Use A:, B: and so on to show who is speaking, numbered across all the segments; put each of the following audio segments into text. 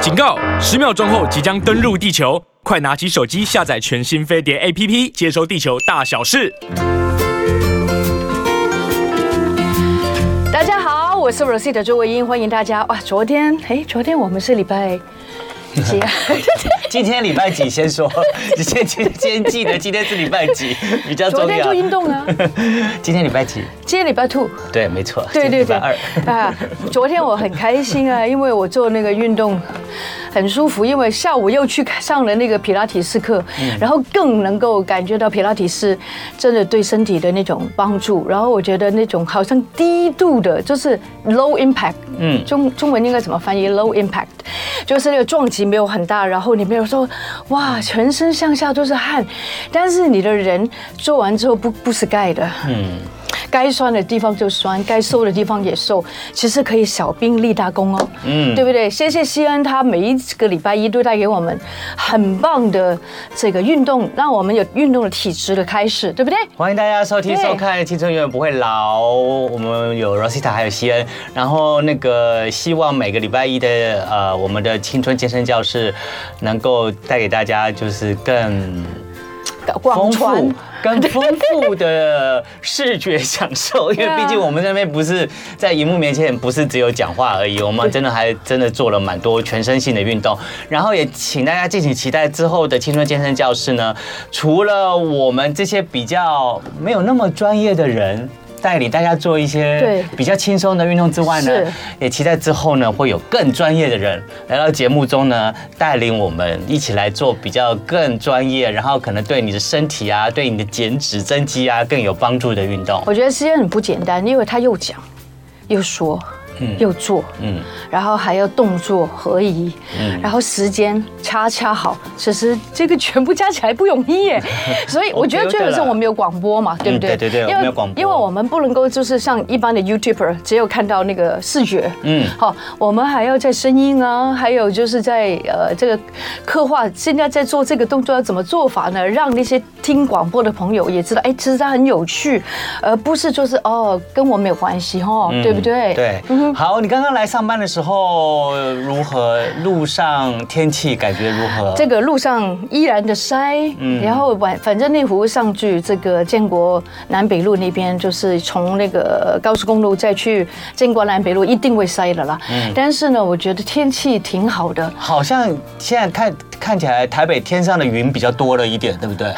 A: 警告！十秒钟后即将登陆地球，快拿起手机下载全新飞碟 APP，接收地球大小事。
B: 大家好，我是 Rosita 朱维英，欢迎大家。哇，昨天哎，昨天我们是礼拜几 啊？
C: 今天礼拜几？先说， 你先先先记得今天是礼拜几比较
B: 昨
C: 重
B: 天
C: 要
B: 做。运动 啊，
C: 今天礼拜几？
B: 今天礼拜 two。
C: 对，没错，
B: 对对
C: 今天礼
B: 对，
C: 拜二。
B: 啊，昨天我很开心啊，因为我做那个运动很舒服，因为下午又去上了那个皮拉提斯课，然后更能够感觉到皮拉提斯真的对身体的那种帮助。然后我觉得那种好像低度的，就是 low impact，嗯，中中文应该怎么翻译？low impact，就是那个撞击没有很大，然后你没有说哇，全身上下都是汗，但是你的人做完之后不不是盖的，该酸的地方就酸，该瘦的地方也瘦，其实可以小兵立大功哦，嗯，对不对？谢谢西安，他每一个礼拜一都带给我们很棒的这个运动，让我们有运动的体质的开始，对不对？
C: 欢迎大家收听
B: 对
C: 收看《青春永远不会老》，我们有 Rosita 还有西恩，然后那个希望每个礼拜一的呃我们的青春健身教室能够带给大家就是更
B: 广
C: 丰
B: 传
C: 富、 更丰富的视觉享受，因
B: 对
C: 为
B: 啊
C: 毕竟我们那边不是在荧幕面前，不是只有讲话而已，我们真的还真的做了蛮多全身性的运动。然后也请大家敬请期待之后的青春健身教室呢，除了我们这些比较没有那么专业的人。带领大家做一
B: 对
C: 些比较轻松的运动之外呢
B: 是，
C: 也期待之后呢会有更专业的人来到节目中呢，带领我们一起来做比较更专业，然后可能对你的身体啊、对你的减脂增肌啊更有帮助的运动。
B: 我觉得西安很不简单，因为他又讲又说。又做，嗯，然后还要动作合一，
C: 嗯
B: 然后时间恰恰好，其实这个全部加起来不容易 耶，所以我觉得最好是我们有广播嘛，对不对？
C: 嗯对对对
B: 因为
C: 我们有广播
B: 因为我们不能够就是像一般的 YouTuber 只有看到那个视觉，嗯
C: 嗯，
B: 好，我们还要在声音啊，还有就是在呃这个刻画现在在做这个动作要怎么做法呢？让那些听广播的朋友也知道，哎，其实它很有趣，而不是就是哦跟我没有关系哦，对不对？嗯
C: 嗯对，好，你刚刚来上班的时候如何？路上天气感觉如何？
B: 这个路上依然的塞，
C: 嗯
B: 然后反反正内湖上去这个建国南北路那边，就是从那个高速公路再去建国南北路，一定会塞的啦。
C: 嗯
B: 但是呢，我觉得天气挺好的，？
C: 好像现在看看起来台北天上的云比较多了一点，对不对？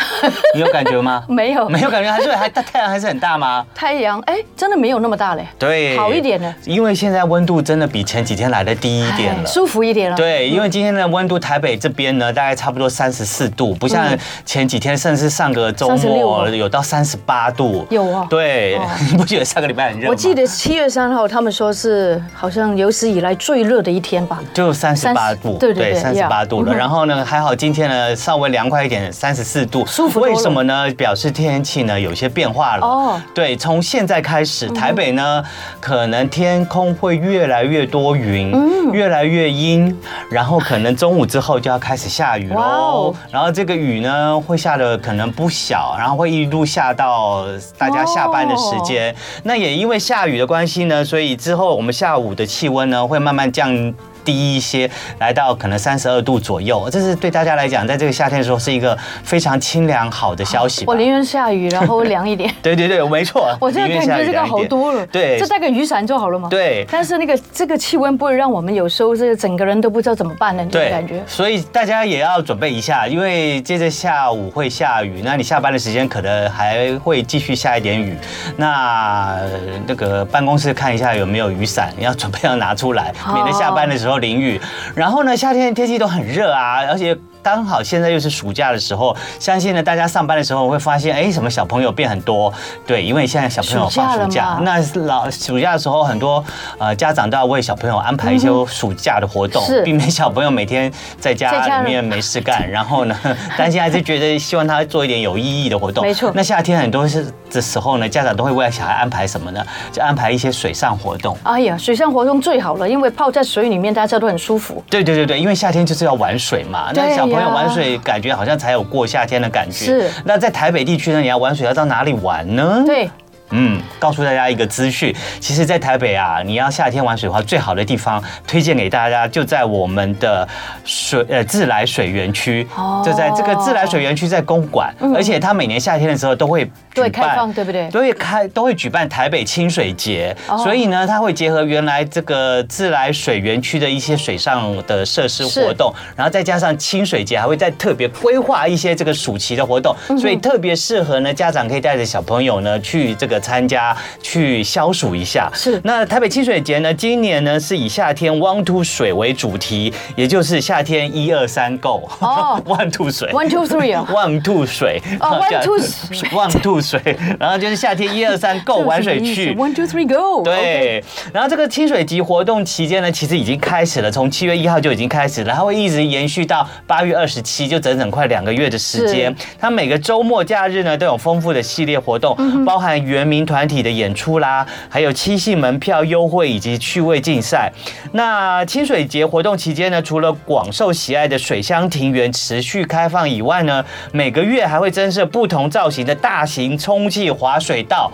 C: 你有感觉吗
B: 没有
C: 没有感觉，还是还太阳还是很大吗？
B: 太阳哎，真的没有那么大嘞，
C: 对，
B: 好一点了，
C: 因为现在温度真的比前几天来的低一点
B: 哎
C: 了。
B: 舒服一点了。
C: 对，因为今天的温度，台北这边呢，大概差不多三十四度，不像
B: 嗯
C: 前几天，甚至上个周末
B: 36
C: 有到三十八度。
B: 啊有啊
C: 对
B: 哦，
C: 你不觉得上个礼拜很热吗？
B: 我记得七月三号，他们说是好像有史以来最热的一天吧。
C: 就三十八
B: 30
C: 度，
B: 对对嗯对
C: 三十八度了。然后呢，还好今天呢稍微凉快一点，三十四度，
B: 舒服多了
C: 为什么呢？表示天气呢有些变化
B: 哦
C: 了。
B: 嗯
C: 哦，对，从现在开始，台北呢可能天空会越来越多云，
B: 嗯
C: 越来越阴，然后可能中午之后就要开始下雨
B: 哇
C: 喽
B: 哦。
C: 然后这个雨呢会下的可能不小，然后会一路下到大家下班的时间。天那也因为下雨的关系呢，所以之后我们下午的气温呢会慢慢降。低一些，来到可能三十二度左右，这是对大家来讲，在这个夏天的时候是一个非常清凉好的消息吧。
B: 我宁愿下雨，然后凉一 点。
C: 对对对，没错。
B: 我现
C: 宁
B: 在
C: 愿
B: 感
C: 下
B: 觉
C: 雨
B: 这个
C: 凉一
B: 好
C: 点
B: 多了，
C: 对
B: 就，带个雨伞就好了嘛。
C: 对
B: 但是那个这个气温不会让我们有时候这个整个人都不知道怎么办的那种
C: 对，
B: 感觉。
C: 所以大家也要准备一下，因为接着下午会下雨，那你下班的时间可能还会继续下一点雨。那呃那个办公室看一下有没有雨伞，要准备要拿出来，
B: 哦
C: 免得下班的时候淋雨。然后呢，夏天的天气都很热啊，而且。刚好现在又是暑假的时候，相信呢大家上班的时候会发现，哎，什么小朋友变很多，对，因为现在小朋友放
B: 暑假了
C: 暑假
B: 嘛，
C: 那老暑假的时候，很多呃家长都要为小朋友安排一些暑假的活动，
B: 嗯是
C: 避免小朋友每天在家
B: 在家
C: 里面没事干，然后呢， 担心还是觉得希望他做一点有意义的活动。
B: 没错
C: 那夏天很多是的时候呢，家长都会为小孩安排什么呢？就安排一些水上活动。
B: 哎呀，水上活动最好了，因为泡在水里面，大家都很舒服。
C: 对对对对，因为夏天就是要玩水嘛，
B: 对
C: 那
B: 呀
C: 小朋友玩水感觉好像才有过夏天的感觉。
B: 是
C: 那在台北地区呢，你要玩水要到哪里玩呢？
B: 对，
C: 嗯，告诉大家一个资讯，其实，在台北啊，你要夏天玩水的话，最好的地方推荐给大家就在我们的水呃自来水园区，
B: 哦嗯
C: 就在这个自来水园区在公馆，而且它每年夏天的时候都会举
B: 对
C: 办，
B: 开放对不对
C: 都会开都会举办台北清水节，
B: 哦
C: 所以呢，它会结合原来这个自来水园区的一些水上的设施
B: 是
C: 活动，然后再加上清水节还会再特别规划一些这个暑期的活动，
B: 嗯
C: 所以特别适合呢家长可以带着小朋友呢去这个参加去消暑一下。
B: 是
C: 那台北清水节呢，今年呢是以夏天 One Two 水为主题，也就是夏天一二三够
B: 哦
C: One Two 水
B: One two three 啊，
C: 忘吐水
B: 哦
C: 然后
B: one two
C: 这样忘吐水，然后就是夏天一二三够玩水去。
B: One two three go。
C: 对然后这个清水节活动期间呢，其实已经开始了，从七月一号就已经开始了，它会一直延续到八月二十七，就整整快两个月的时间。它每个周末假日呢都有丰富的系列活动，包含原民团体的演出啦，还有七夕门票优惠以及趣味竞赛。那清水节活动期间呢，除了广受喜爱的水乡庭园持续开放以外呢，每个月还会增设不同造型的大型充气滑水道，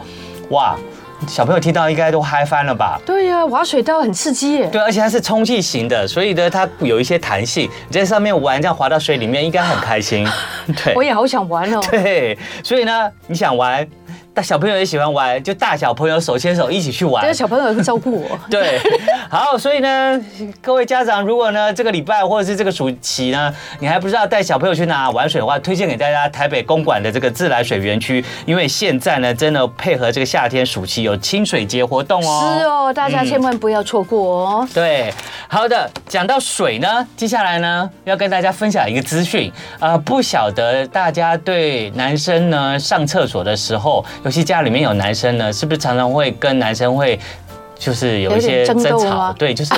C: 哇！小朋友听到应该都嗨翻了吧？
B: 对呀，滑水道很刺激耶。
C: 对，而且它是充气型的，所以呢，它有一些弹性，你在上面玩，这样滑到水里面应该很开心。对，
B: 我也好想玩哦。
C: 对，所以呢，你想玩，大小朋友也喜欢玩，就大小朋友手牵手一起去玩
B: 这个。小朋友会照顾 我。
C: 对，好，所以呢，各位家长，如果呢这个礼拜或者是这个暑期呢，你还不知道带小朋友去哪玩水的话，推荐给大家台北公馆的这个自来水园区，因为现在呢，真的配合这个夏天暑期有清水节活动哦。
B: 是哦，大家千万不要错过哦。
C: 对，好的。讲到水呢，接下来呢要跟大家分享一个资讯。呃，不晓得大家对男生呢上厕所的时候，尤其家里面有男生呢，是不是常常会跟男生会？就是有一些
B: 有点
C: 争
B: 争斗
C: 吵
B: 吗，
C: 对，就是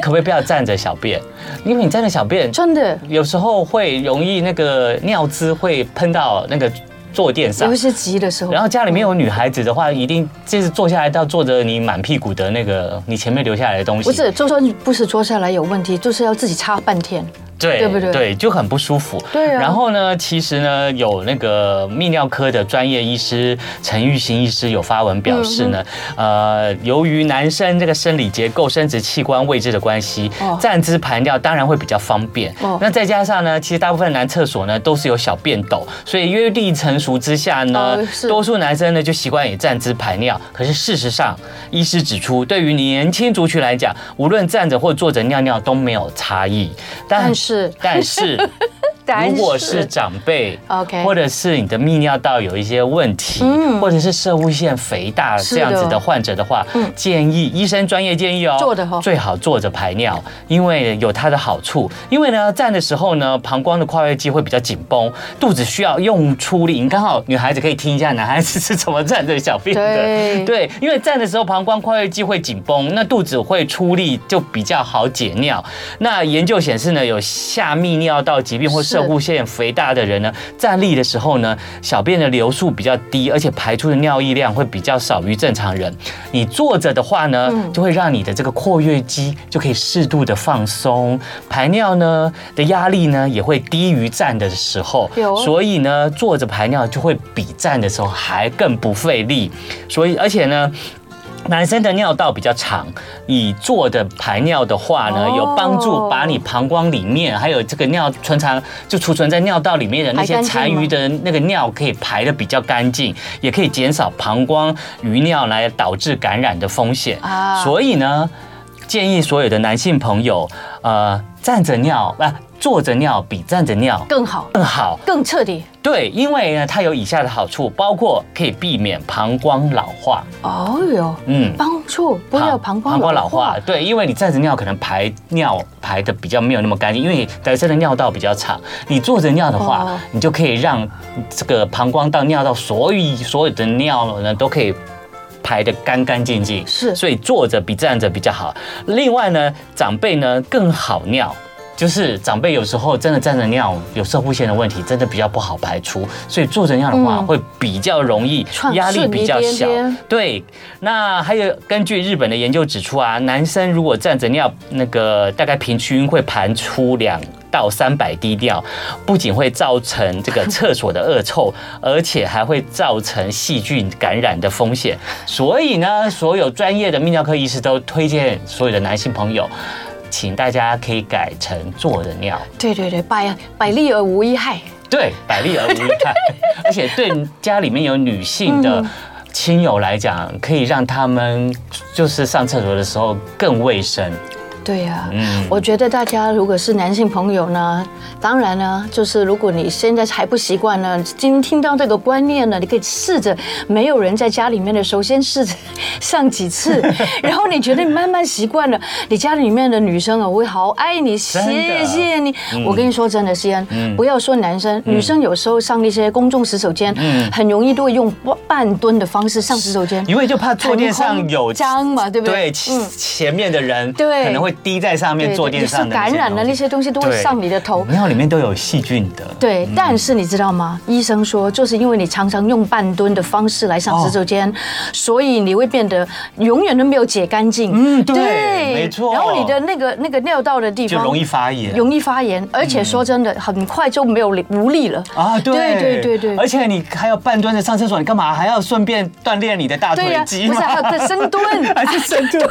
C: 可不可以不要站着小便？因为你站着小便，
B: 真的，
C: 有时候会容易那个尿渍会喷到那个坐垫上
B: 尤，其是急的时候。
C: 啊然后家里面有女孩子的话，一定就是坐下来到坐着你满屁股的那个你前面留下来的东西，
B: 不是，就算不是坐下来有问题，就是要自己擦半天。
C: 对
B: 对不对
C: 就很不舒服。
B: 对啊
C: 然后呢，其实呢，有那个泌尿科的专业医师陈玉兴医师有发文表示呢，
B: 嗯
C: 呃，由于男生这个生理结构、生殖器官位置的关系，
B: 哦
C: 站姿排尿当然会比较方便。
B: 哦
C: 那再加上呢，其实大部分男厕所呢都是有小便斗，所以约定成熟之下呢，
B: 哦是
C: 多数男生呢就习惯以站姿排尿。可是事实上，医师指出，对于年轻族群来讲，无论站着或坐着尿尿都没有差异。
B: 但是
C: 但是，
B: 但
C: 如果是长辈
B: OK 嗯
C: 或者是你的泌尿道有一些问题，或者是射物腺肥大
B: 是
C: 这
B: 的嗯
C: 样子的患者的话，建议医生专业建议哦，
B: 坐着哦
C: 最好坐着排尿，因为有它的好处。因为呢，站的时候呢，膀胱的括约肌会比较紧绷，肚子需要用出力。你刚好女孩子可以听一下男孩子是怎么站着小便的，
B: 对
C: 对，因为站的时候膀胱括约肌会紧绷，那肚子会出力，就比较好解尿。那研究显示呢，有下泌尿道疾病或
B: 是
C: 射物腺肥大的人呢，站立的时候呢，小便的流速比较低，而且排出的尿液量会比较少于正常人。你坐着的话呢，就会让你的这个括约肌就可以适度的放松，排尿呢的压力呢也会低于站的时候
B: 有，哦
C: 所以呢，坐着排尿就会比站的时候还更不费力。所以，而且呢。男生的尿道比较长，以坐的排尿的话呢，
B: 哦
C: 有帮助把你膀胱里面还有这个尿存藏就储存在尿道里面的那些
B: 排干净吗
C: 残余的那个尿可以排的比较干净，也可以减少膀胱余尿来导致感染的风险。
B: 啊
C: 所以呢，建议所有的男性朋友，呃，站着尿啊、坐着尿比站着尿
B: 更好、
C: 更好。
B: 更彻底
C: 对，因为呢，它有以下的好处，包括可以避免膀胱老化，
B: 哦哟，
C: 嗯，
B: 帮助不要膀胱老化。，
C: 对，因为你站着尿可能排尿排的比较没有那么干净，因为你男生的尿道比较长，你坐着尿的话，
B: 哦
C: 你就可以让这个膀胱到尿道所有所有的尿呢都可以。排的干干净净，
B: 是
C: 所以坐着比站着比较好。另外呢，长辈呢更好尿，就是长辈有时候真的站着尿，有射护腺的问题，真的比较不好排出，所以坐着尿的话、
B: 嗯
C: 会比较容易
B: 喘
C: 压力
B: 顺
C: 比
B: 一
C: 较
B: 点
C: 小。
B: 点
C: 对，那还有根据日本的研究指出啊，男生如果站着尿，那个大概平均会排出两到三百滴掉，不仅会造成这个厕所的恶臭，而且还会造成细菌感染的风险。所以呢，所有专业的泌尿科医师都推荐所有的男性朋友。请大家可以改成坐着尿，
B: 对对对，百百利而无一害。
C: 对，百利而无一 害。而且对家里面有女性的
B: 嗯
C: 亲友来讲，可以让他们就是上厕所的时候更卫生。
B: 对呀、
C: 嗯
B: 我觉得大家如果是男性朋友呢，当然呢，就是如果你现在还不习惯呢，今天听到这个观念呢，你可以试着没有人在家里面的时候，先试着上几 次，然后你觉得你慢慢习惯了，你家里面的女生啊会好爱你，
C: 真的
B: 谢谢你。我跟你说真的，西安
C: 嗯，
B: 不要说男生，女生有时候上那些公众洗手间
C: 嗯，
B: 很容易都会用半蹲的方式上洗手间，
C: 因为就怕坐垫上有
B: 脏嘛，对不对？嗯
C: 对前前面的人，
B: 对
C: 可能会滴在上面
B: 对，
C: 坐
B: 对
C: 垫
B: 也是
C: 上的
B: 感染了那些东西都会
C: 对嗯
B: 上你的头。
C: 尿里面都有细菌的。
B: 对，但是你知道吗？医生说，就是因为你常常用半蹲的方式来上洗手
C: 哦
B: 间，所以你会变得永远都没有解干净。
C: 嗯对没错
B: 然后你的那个那个尿道的地
C: 就
B: 方
C: 容易发炎嗯
B: 容易发炎，而且说真的，很快就没有力无力了。
C: 啊，对
B: 对对对
C: 而且你还要半蹲着上厕所，你干嘛还要顺便锻炼你的大
B: 对
C: 腿
B: 呀、
C: 肌
B: 不
C: 吗？，
B: 是还有个深蹲
C: 还是深蹲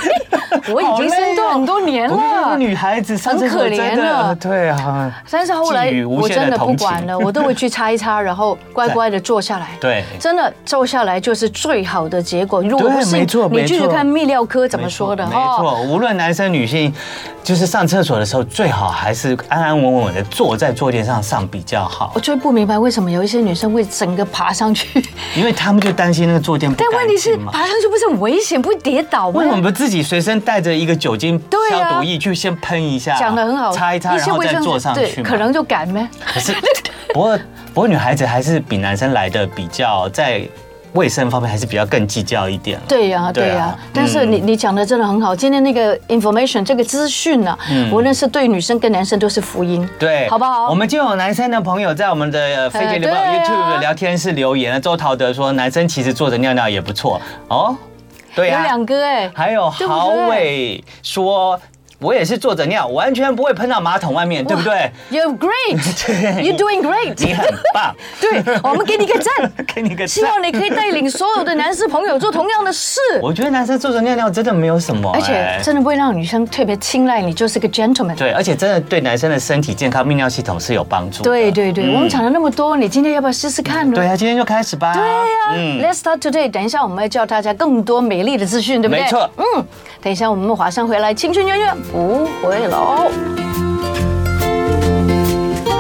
B: 对 我已经深蹲很多年了
C: 好累啊哦我跟你说女孩子上厕所
B: 很可怜
C: 真的
B: 了
C: 对啊，
B: 但是后
C: 寄
B: 来
C: 予无
B: 我
C: 限的
B: 真的不
C: 同情
B: 管 了，我都会去擦一擦，然后乖乖的坐下来。
C: 对
B: 真的坐下来就是最好的结果。如果
C: 对
B: 不信
C: 没错，
B: 你去
C: 没
B: 去
C: 错
B: 看泌尿科怎么说的哦
C: 没错没。错，无论男生女性，就是上厕所的时候，最好还是安安稳稳的坐在坐垫上上比较好
B: 我，最不明白为什么有一些女生会整个爬上 去，
C: 因为他们就担心那个坐垫不
B: 但问
C: 干
B: 题是
C: 净嘛。
B: 爬上去不是很危险，不会跌倒吗
C: 为？什么不自己随身带着一个酒精
B: 对啊
C: 消毒液去先喷一下，
B: 讲的很好，
C: 啊擦一擦，
B: 一
C: 然
B: 些
C: 后
B: 卫
C: 再
B: 生
C: 坐
B: 纸
C: 上去
B: 对，
C: 嘛？
B: 可能就敢咩？
C: 可是，不过不过女孩子还是比男生来的比较在卫生方面还是比较更计较一点了。
B: 对呀、对
C: 对啊
B: 呀、
C: 嗯
B: 但是你、你讲的真的很好，今天那个 information 这个资讯呢、无论是对女生跟男生都是福音，
C: 嗯对，
B: 好不好？
C: 我们就有男生的朋友在我们的呃飞碟
B: 哎
C: 流报
B: 对啊
C: YouTube 的聊天室留言了。周陶德说，男生其实坐着尿尿也不错哦。对
B: 有
C: 呀、
B: 两个哎、
C: 还有
B: 对不对
C: 郝伟说，我也是坐着尿，完全不会喷到马桶外面，对 不对？
B: You're great. You're doing
C: 你
B: great.
C: 很棒，
B: 对，我们给你一个赞，
C: 给你个
B: 希
C: 赞。
B: 望你可以带领所有的男士朋友做同样的事。
C: 我觉得男生坐着尿尿真的没有什么、
B: 而且
C: 哎
B: 真的不会让女生特别青睐你，就是个 gentleman。
C: 对，而且真的对男生的身体健康、泌尿系统是有帮助的。
B: 对对对，
C: 嗯
B: 我们讲了那么多，你今天要不要试试看呢？
C: 对啊，今天就开始吧。对
B: 对哎
C: 嗯
B: 呀，Let's start today。等一下我们要教大家更多美丽的资讯，对不对？
C: 没错
B: 嗯，等一下我们马上回来，青春永远不会老。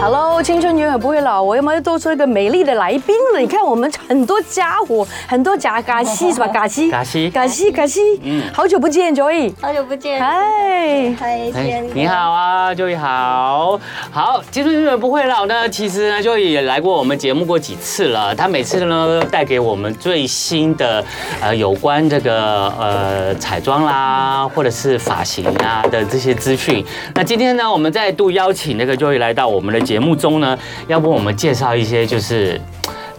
B: Hello，青春永远不会老，我有没有多出一个美丽的来宾了？你看我们很多家伙，很多假嘎西是吧？嘎西，
C: 哦嘎西嗯
B: 嘎西，嘎西，好久不见，Joy，
D: 好久不见，
B: 嗨。
D: 嗨，
C: 哎
D: 先，
C: 你好啊，就宇好，好，其实永远不会老呢。其实呢，就宇也来过我们节目过几次了。他每次呢，带给我们最新的呃有关这个呃彩妆啦，或者是发型啊的这些资讯。那今天呢，我们再度邀请那个就宇来到我们的节目中呢，要不我们介绍一些就是。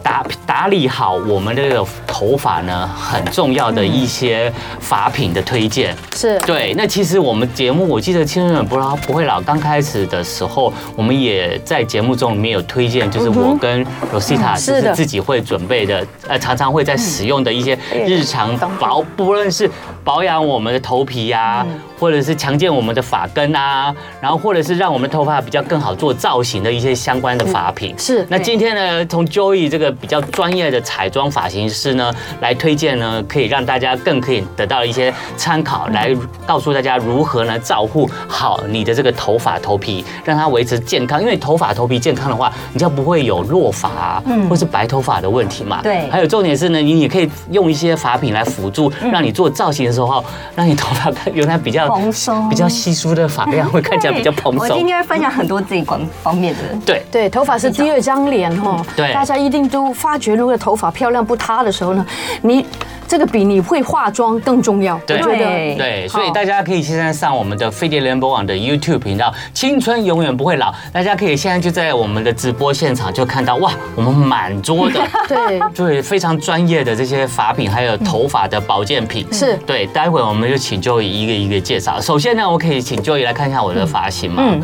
C: 打打理好我们这个头发呢，很重要的一些发品的推荐。
B: 是
C: 对，那其实我们节目，我记得《青春永远不老不会老》刚开始的时候，我们也在节目中里面有推荐，就是我跟 Rosita
B: 嗯是
C: 就是
B: 的嗯
C: 自己会准备的，呃，常常会在使用的一些日常保，不论是保养我们的头皮啊，
B: 嗯
C: 或者是强健我们的发根啊，然后或者是让我们的头发比较更好做造型的一些相关的发品。
B: 嗯是
C: 那今天呢，从 Joey 这个比较专业的彩妆发型师呢来推荐呢，可以让大家更可以得到一些参考，来告诉大家如何呢照顾好你的这个头发头皮，让它维持健康。因为头发头皮健康的话，你就不会有落发、或是白头发的问题嘛。
D: 嗯对
C: 还有重点是呢，你也可以用一些发品来辅助，让你做造型的时候，啊让你头发有它比较
D: 嗯蓬松
C: 比较稀疏的发量会看起来比较蓬
D: 我今
C: 松。
D: 天分享很多自己管方面的，
C: 对，
B: 对，头发是第二张脸哦。
C: 对
B: 大家一定都发觉，如果头发漂亮不塌的时候呢，你这个比你会化妆更重要。
C: 对
B: 我觉得
D: 对
C: 对，所以大家可以现在上我们的飞碟联播网的 YouTube 频道，《青春永远不会老》，大家可以现在就在我们的直播现场就看到，哇，我们满桌的
B: 对，
C: 对，非常专业的这些发品，还有头发的保健品。
B: 嗯是
C: 对，待会我们就请 Joy 一个一个介绍。首先呢，我可以请 Joy 来看一下我的发型嘛，
D: 嗯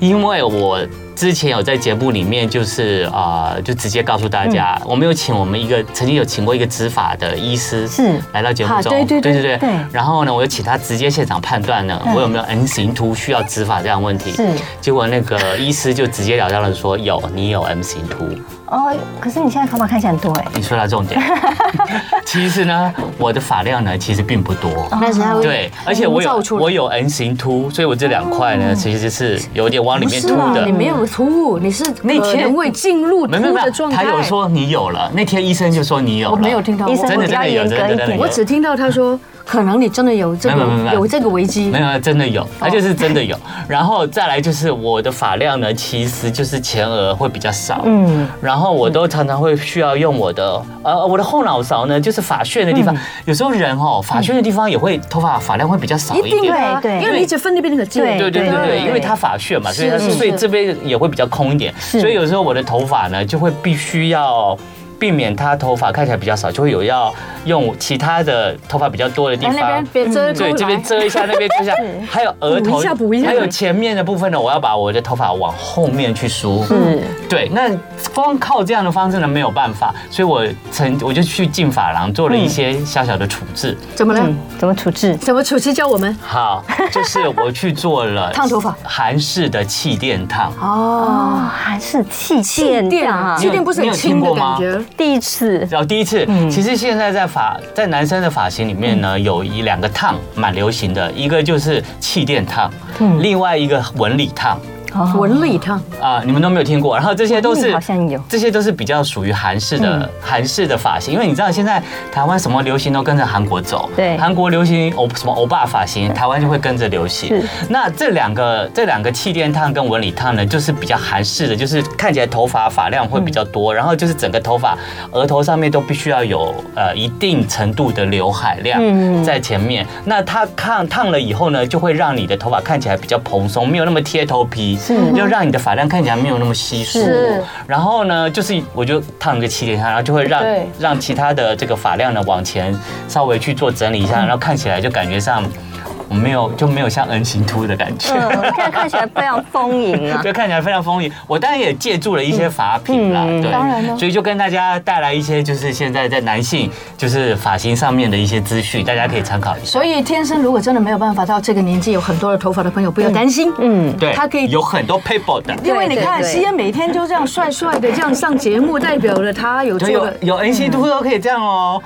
C: 因为我。之前有在节目里面，就是啊、呃就直接告诉大家，
B: 嗯
C: 我们有请我们一个曾经有请过一个植发的医师，
D: 是
C: 来到节目
B: 啊
C: 中，
B: 对对对嗯
C: 对
D: 对
C: 然后呢，我就请他直接现场判断呢，我有没有 N 型秃需要植发这样的问题。
D: 是
C: 结果那个医师就直截了当的说，有，你有 M 型秃。
D: 哦，可是你现在头发看起来很多哎，
C: 你说到 重点。其实呢，我的发量呢其实并不多。
B: 但是他会
C: 对，而且我有
B: 哦造出来哦
C: 我有 N 型秃，所以我这两块呢其实是有点往里面
B: 是
C: 凸
B: 啊
C: 的
B: 你。没有突，你是
C: 那
B: 可
C: 天
B: 能会进入突
C: 没有没有没
B: 的
C: 有，
B: 状态。
C: 他有说你有了，那天医生就说你有了。哦
B: 我没有听到，
D: 医生
C: 真的
D: 会比较
C: 真的有
D: 严格
C: 真的
D: 一
C: 真的
D: 点
C: 有
B: 我。只听到他说，可能你真的有这
C: 没有没有没
B: 个
C: 有
B: 有这个危机
C: 没。有，啊，真的
B: 哦
C: 有，它就是真的有。然后再来就是我的发量呢，其实就是前额会比较少，嗯，然后我都常常会需要用我的呃我的后脑勺呢，就是发旋的地
B: 嗯
C: 方。有时候人哦，发旋的地方也会头发发量会比较少一
B: 一定
C: 点。
B: 的，
D: 对对
B: 因为你一直分那边那个劲。
D: 对
C: 对对对对，因为它发旋嘛，所以它
B: 是是
C: 所以
B: 是
C: 这边也会比较空一点，
D: 是
C: 所以有时候我的头发呢就会必须要避免它头发看起来比较少，就会有要用其他的头发比较多的地
B: 来那
C: 方
B: 边，别遮
C: 嗯对，
B: 过
C: 这边
B: 来。
C: 遮一下，那边 遮一下，还有额头，
B: 补一下补一下
C: 还有前面的部分呢，我要把我的头发往后面去梳。
B: 嗯
D: 是
C: 对，那光靠这样的方式呢没有办法，所以我曾我就去进发廊做了一些小小的处置。
B: 怎么了？
D: 嗯，怎么处置？
B: 怎么楚琪教我们？
C: 好，就是我去做了
B: 烫头发
C: 韩式的气垫烫。
B: 哦，
D: 哦，还是气垫
B: 垫
D: 啊，
B: 气垫不是很轻的感
C: 你有
B: 觉，
D: 第一次
C: 然后第一次，其实现在在发在男生的发型里面呢，有一两个烫蛮流行的，一个就是气垫烫，另外一个纹理烫。
D: 哦
B: 纹理烫。
C: 啊、你们都没有听过，然后这些都是
D: 嗯好像有嗯
C: 这些都是比较属于韩式的韩、式的发型，因为你知道现在台湾什么流行都跟着韩国走，
D: 对
C: 韩国流行欧什么欧巴发型，台湾就会跟着流行
D: 是。
C: 那这两个这两个气垫烫跟纹理烫呢，就是比较韩式的，就是看起来头发发量会比
D: 嗯
C: 较多，然后就是整个头发额头上面都必须要有呃一定程度的刘海量
D: 嗯
C: 在前面。那它烫烫了以后呢，就会让你的头发看起来比较蓬松，没有那么贴头皮，
D: 是
C: 就让你的发量看起来没有那么稀疏
B: 是。
C: 然后呢，就是我就烫个气垫烫，然后就会让
B: 对
C: 让其他的这个发量呢往前稍微去做整理一下，
B: 嗯
C: 然后看起来就感觉上我没有就没有像 N 型秃的感觉。
D: 嗯，现在看起来非常丰盈啊。
C: 就看起来非常丰盈，我当然也借助了一些发品啦，
D: 嗯
C: 对，
B: 当然啊了
C: 所以就跟大家带来一些就是现在在男性就是发型上面的一些资讯，大家可以参考一下。
B: 所以天生如果真的没有办法到这个年纪有很多的头发的朋友，不要担心，
D: 嗯，
C: 对，
B: 它可以
C: 有很多 paper 的，
B: 因为你看
D: 对对对
B: 西恩每天就这样帅帅的这样上节目，代表了他有做
C: 对，有
B: 了。
C: 有 N C 秃都可以这 样哦。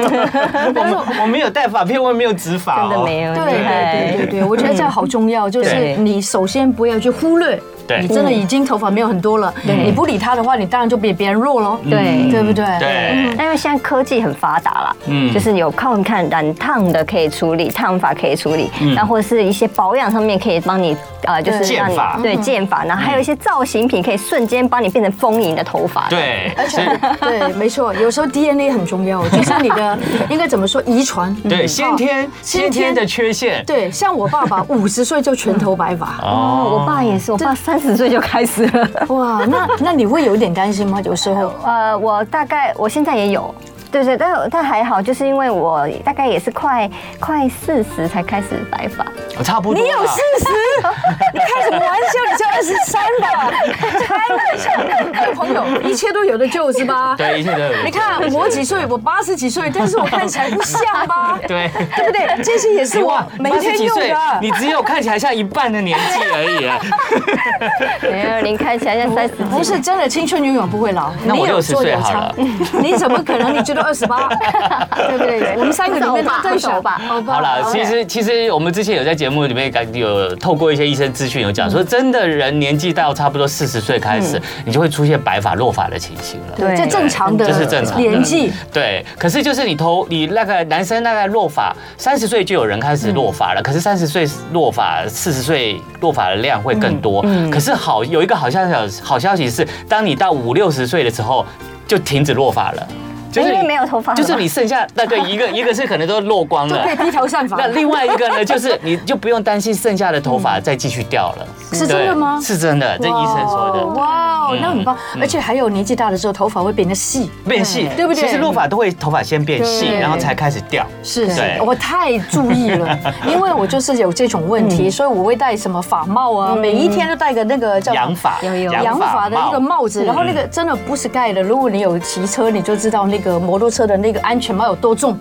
C: 我们我没有戴发片，我也没有植发哦，
D: 真的没有，
B: 对对对对对，我觉得这样好重要，就是
D: 对
B: 你首先不要去忽略，
C: 对
B: 你真的已经头发没有很多了，你不理他的话，你当然就比别人弱喽，
D: 对
B: 对不嗯对？
C: 对，
D: 那因为现在科技很发达啦，
C: 嗯
D: 嗯，就是有靠你看染烫的可以处理，烫发可以处理，
C: 嗯
D: 那或者是一些保养上面可以帮你，呃，就是
C: 对
D: 让你
C: 健发
D: 对健发，然后还有一些造型品可以瞬间帮你变成丰盈的 头发，，
C: 对，所以
B: 对，没错，有时候 DNA 很重要，就像你 的应该怎么说，遗传。嗯
C: 对先
B: 哦
C: 天先天的缺陷
B: 对，像我爸爸五十岁就全头白发，
D: 哦，
C: 哦，
D: 我爸也是，我爸三十岁就开 始了，
B: 哇，那那你会有一点担心吗？有时候
D: 呃，我大概我现在也有。对对，但但还好，就是因为我大概也是快快四十才开始白发，
C: 我差不多啦。
D: 啊
B: 十？你开什么玩笑？你才二十三吧？开玩笑，各位朋友，一切都有的救是吧？
C: 对，一切都有。
B: 你看我几岁？我八十几岁，但是我看起来不像吧？
C: 对。
B: 对不对？这些也是我
C: 哇，
B: 每
C: 八十
B: 天
C: 几
B: 用
C: 岁，
B: 的。
C: 你只有看起来像一半的年纪而已 啊。
D: 没有您看起来像三十几，
B: 不是真的，青春永远不会老。
C: 那我
B: 你有
C: 60
B: 做
C: 岁
B: 有
C: 好
B: 差
C: 了
B: 你怎么可能？你觉得二十 八，对不对？我们三个里面
D: 走吧
B: 对手
D: 走吧
B: 好吧。
C: 好了，
B: 好
C: 其实其实我们之前有在节目里面感有透过一些医生资讯有
B: 嗯
C: 讲说，真的人年纪到差不多四十岁开始，你就会出现白发落发的情形了。
B: 对，这
D: 对
B: 正常的
C: 这是正常的
B: 年纪，
C: 对，可是就是你头你那个男生大概落发，三十岁就有人开始落发了。可是三十岁落发，四十岁落发的量会更多。可是好有一个好消息，好消息是，当你到五六十岁的时候，就停止落发了。就是
D: 因为
C: 你
D: 没有头发了
C: 就是
D: 吧
C: 你剩下那对 一个一个是可能都落光了
B: 可以。低头散发
C: 那。另外一个呢，就是你就不用担心剩下的头发再继续掉了，
B: 嗯是真的
C: 对
B: 吗
C: 是真的，这医生说的。
B: 哇
C: 嗯
B: 哦，那很棒！而且还有年纪大的时候，头发会变得细。
C: 变细，
B: 对不对
C: 其实落发都会头发先变细，
B: 对
C: 然后才开始掉。
B: 是
C: 对
B: 我太注意了，因为我就是有这种问
C: 嗯
B: 题，所以我会戴什么发帽啊，每一天都戴个那个叫
C: 养发，
D: 有有
B: 洋法的一个
C: 帽嗯
B: 帽子，然后那个真的不是盖的。如果你有骑车，你就知道那个摩托车的那个安全帽有多重。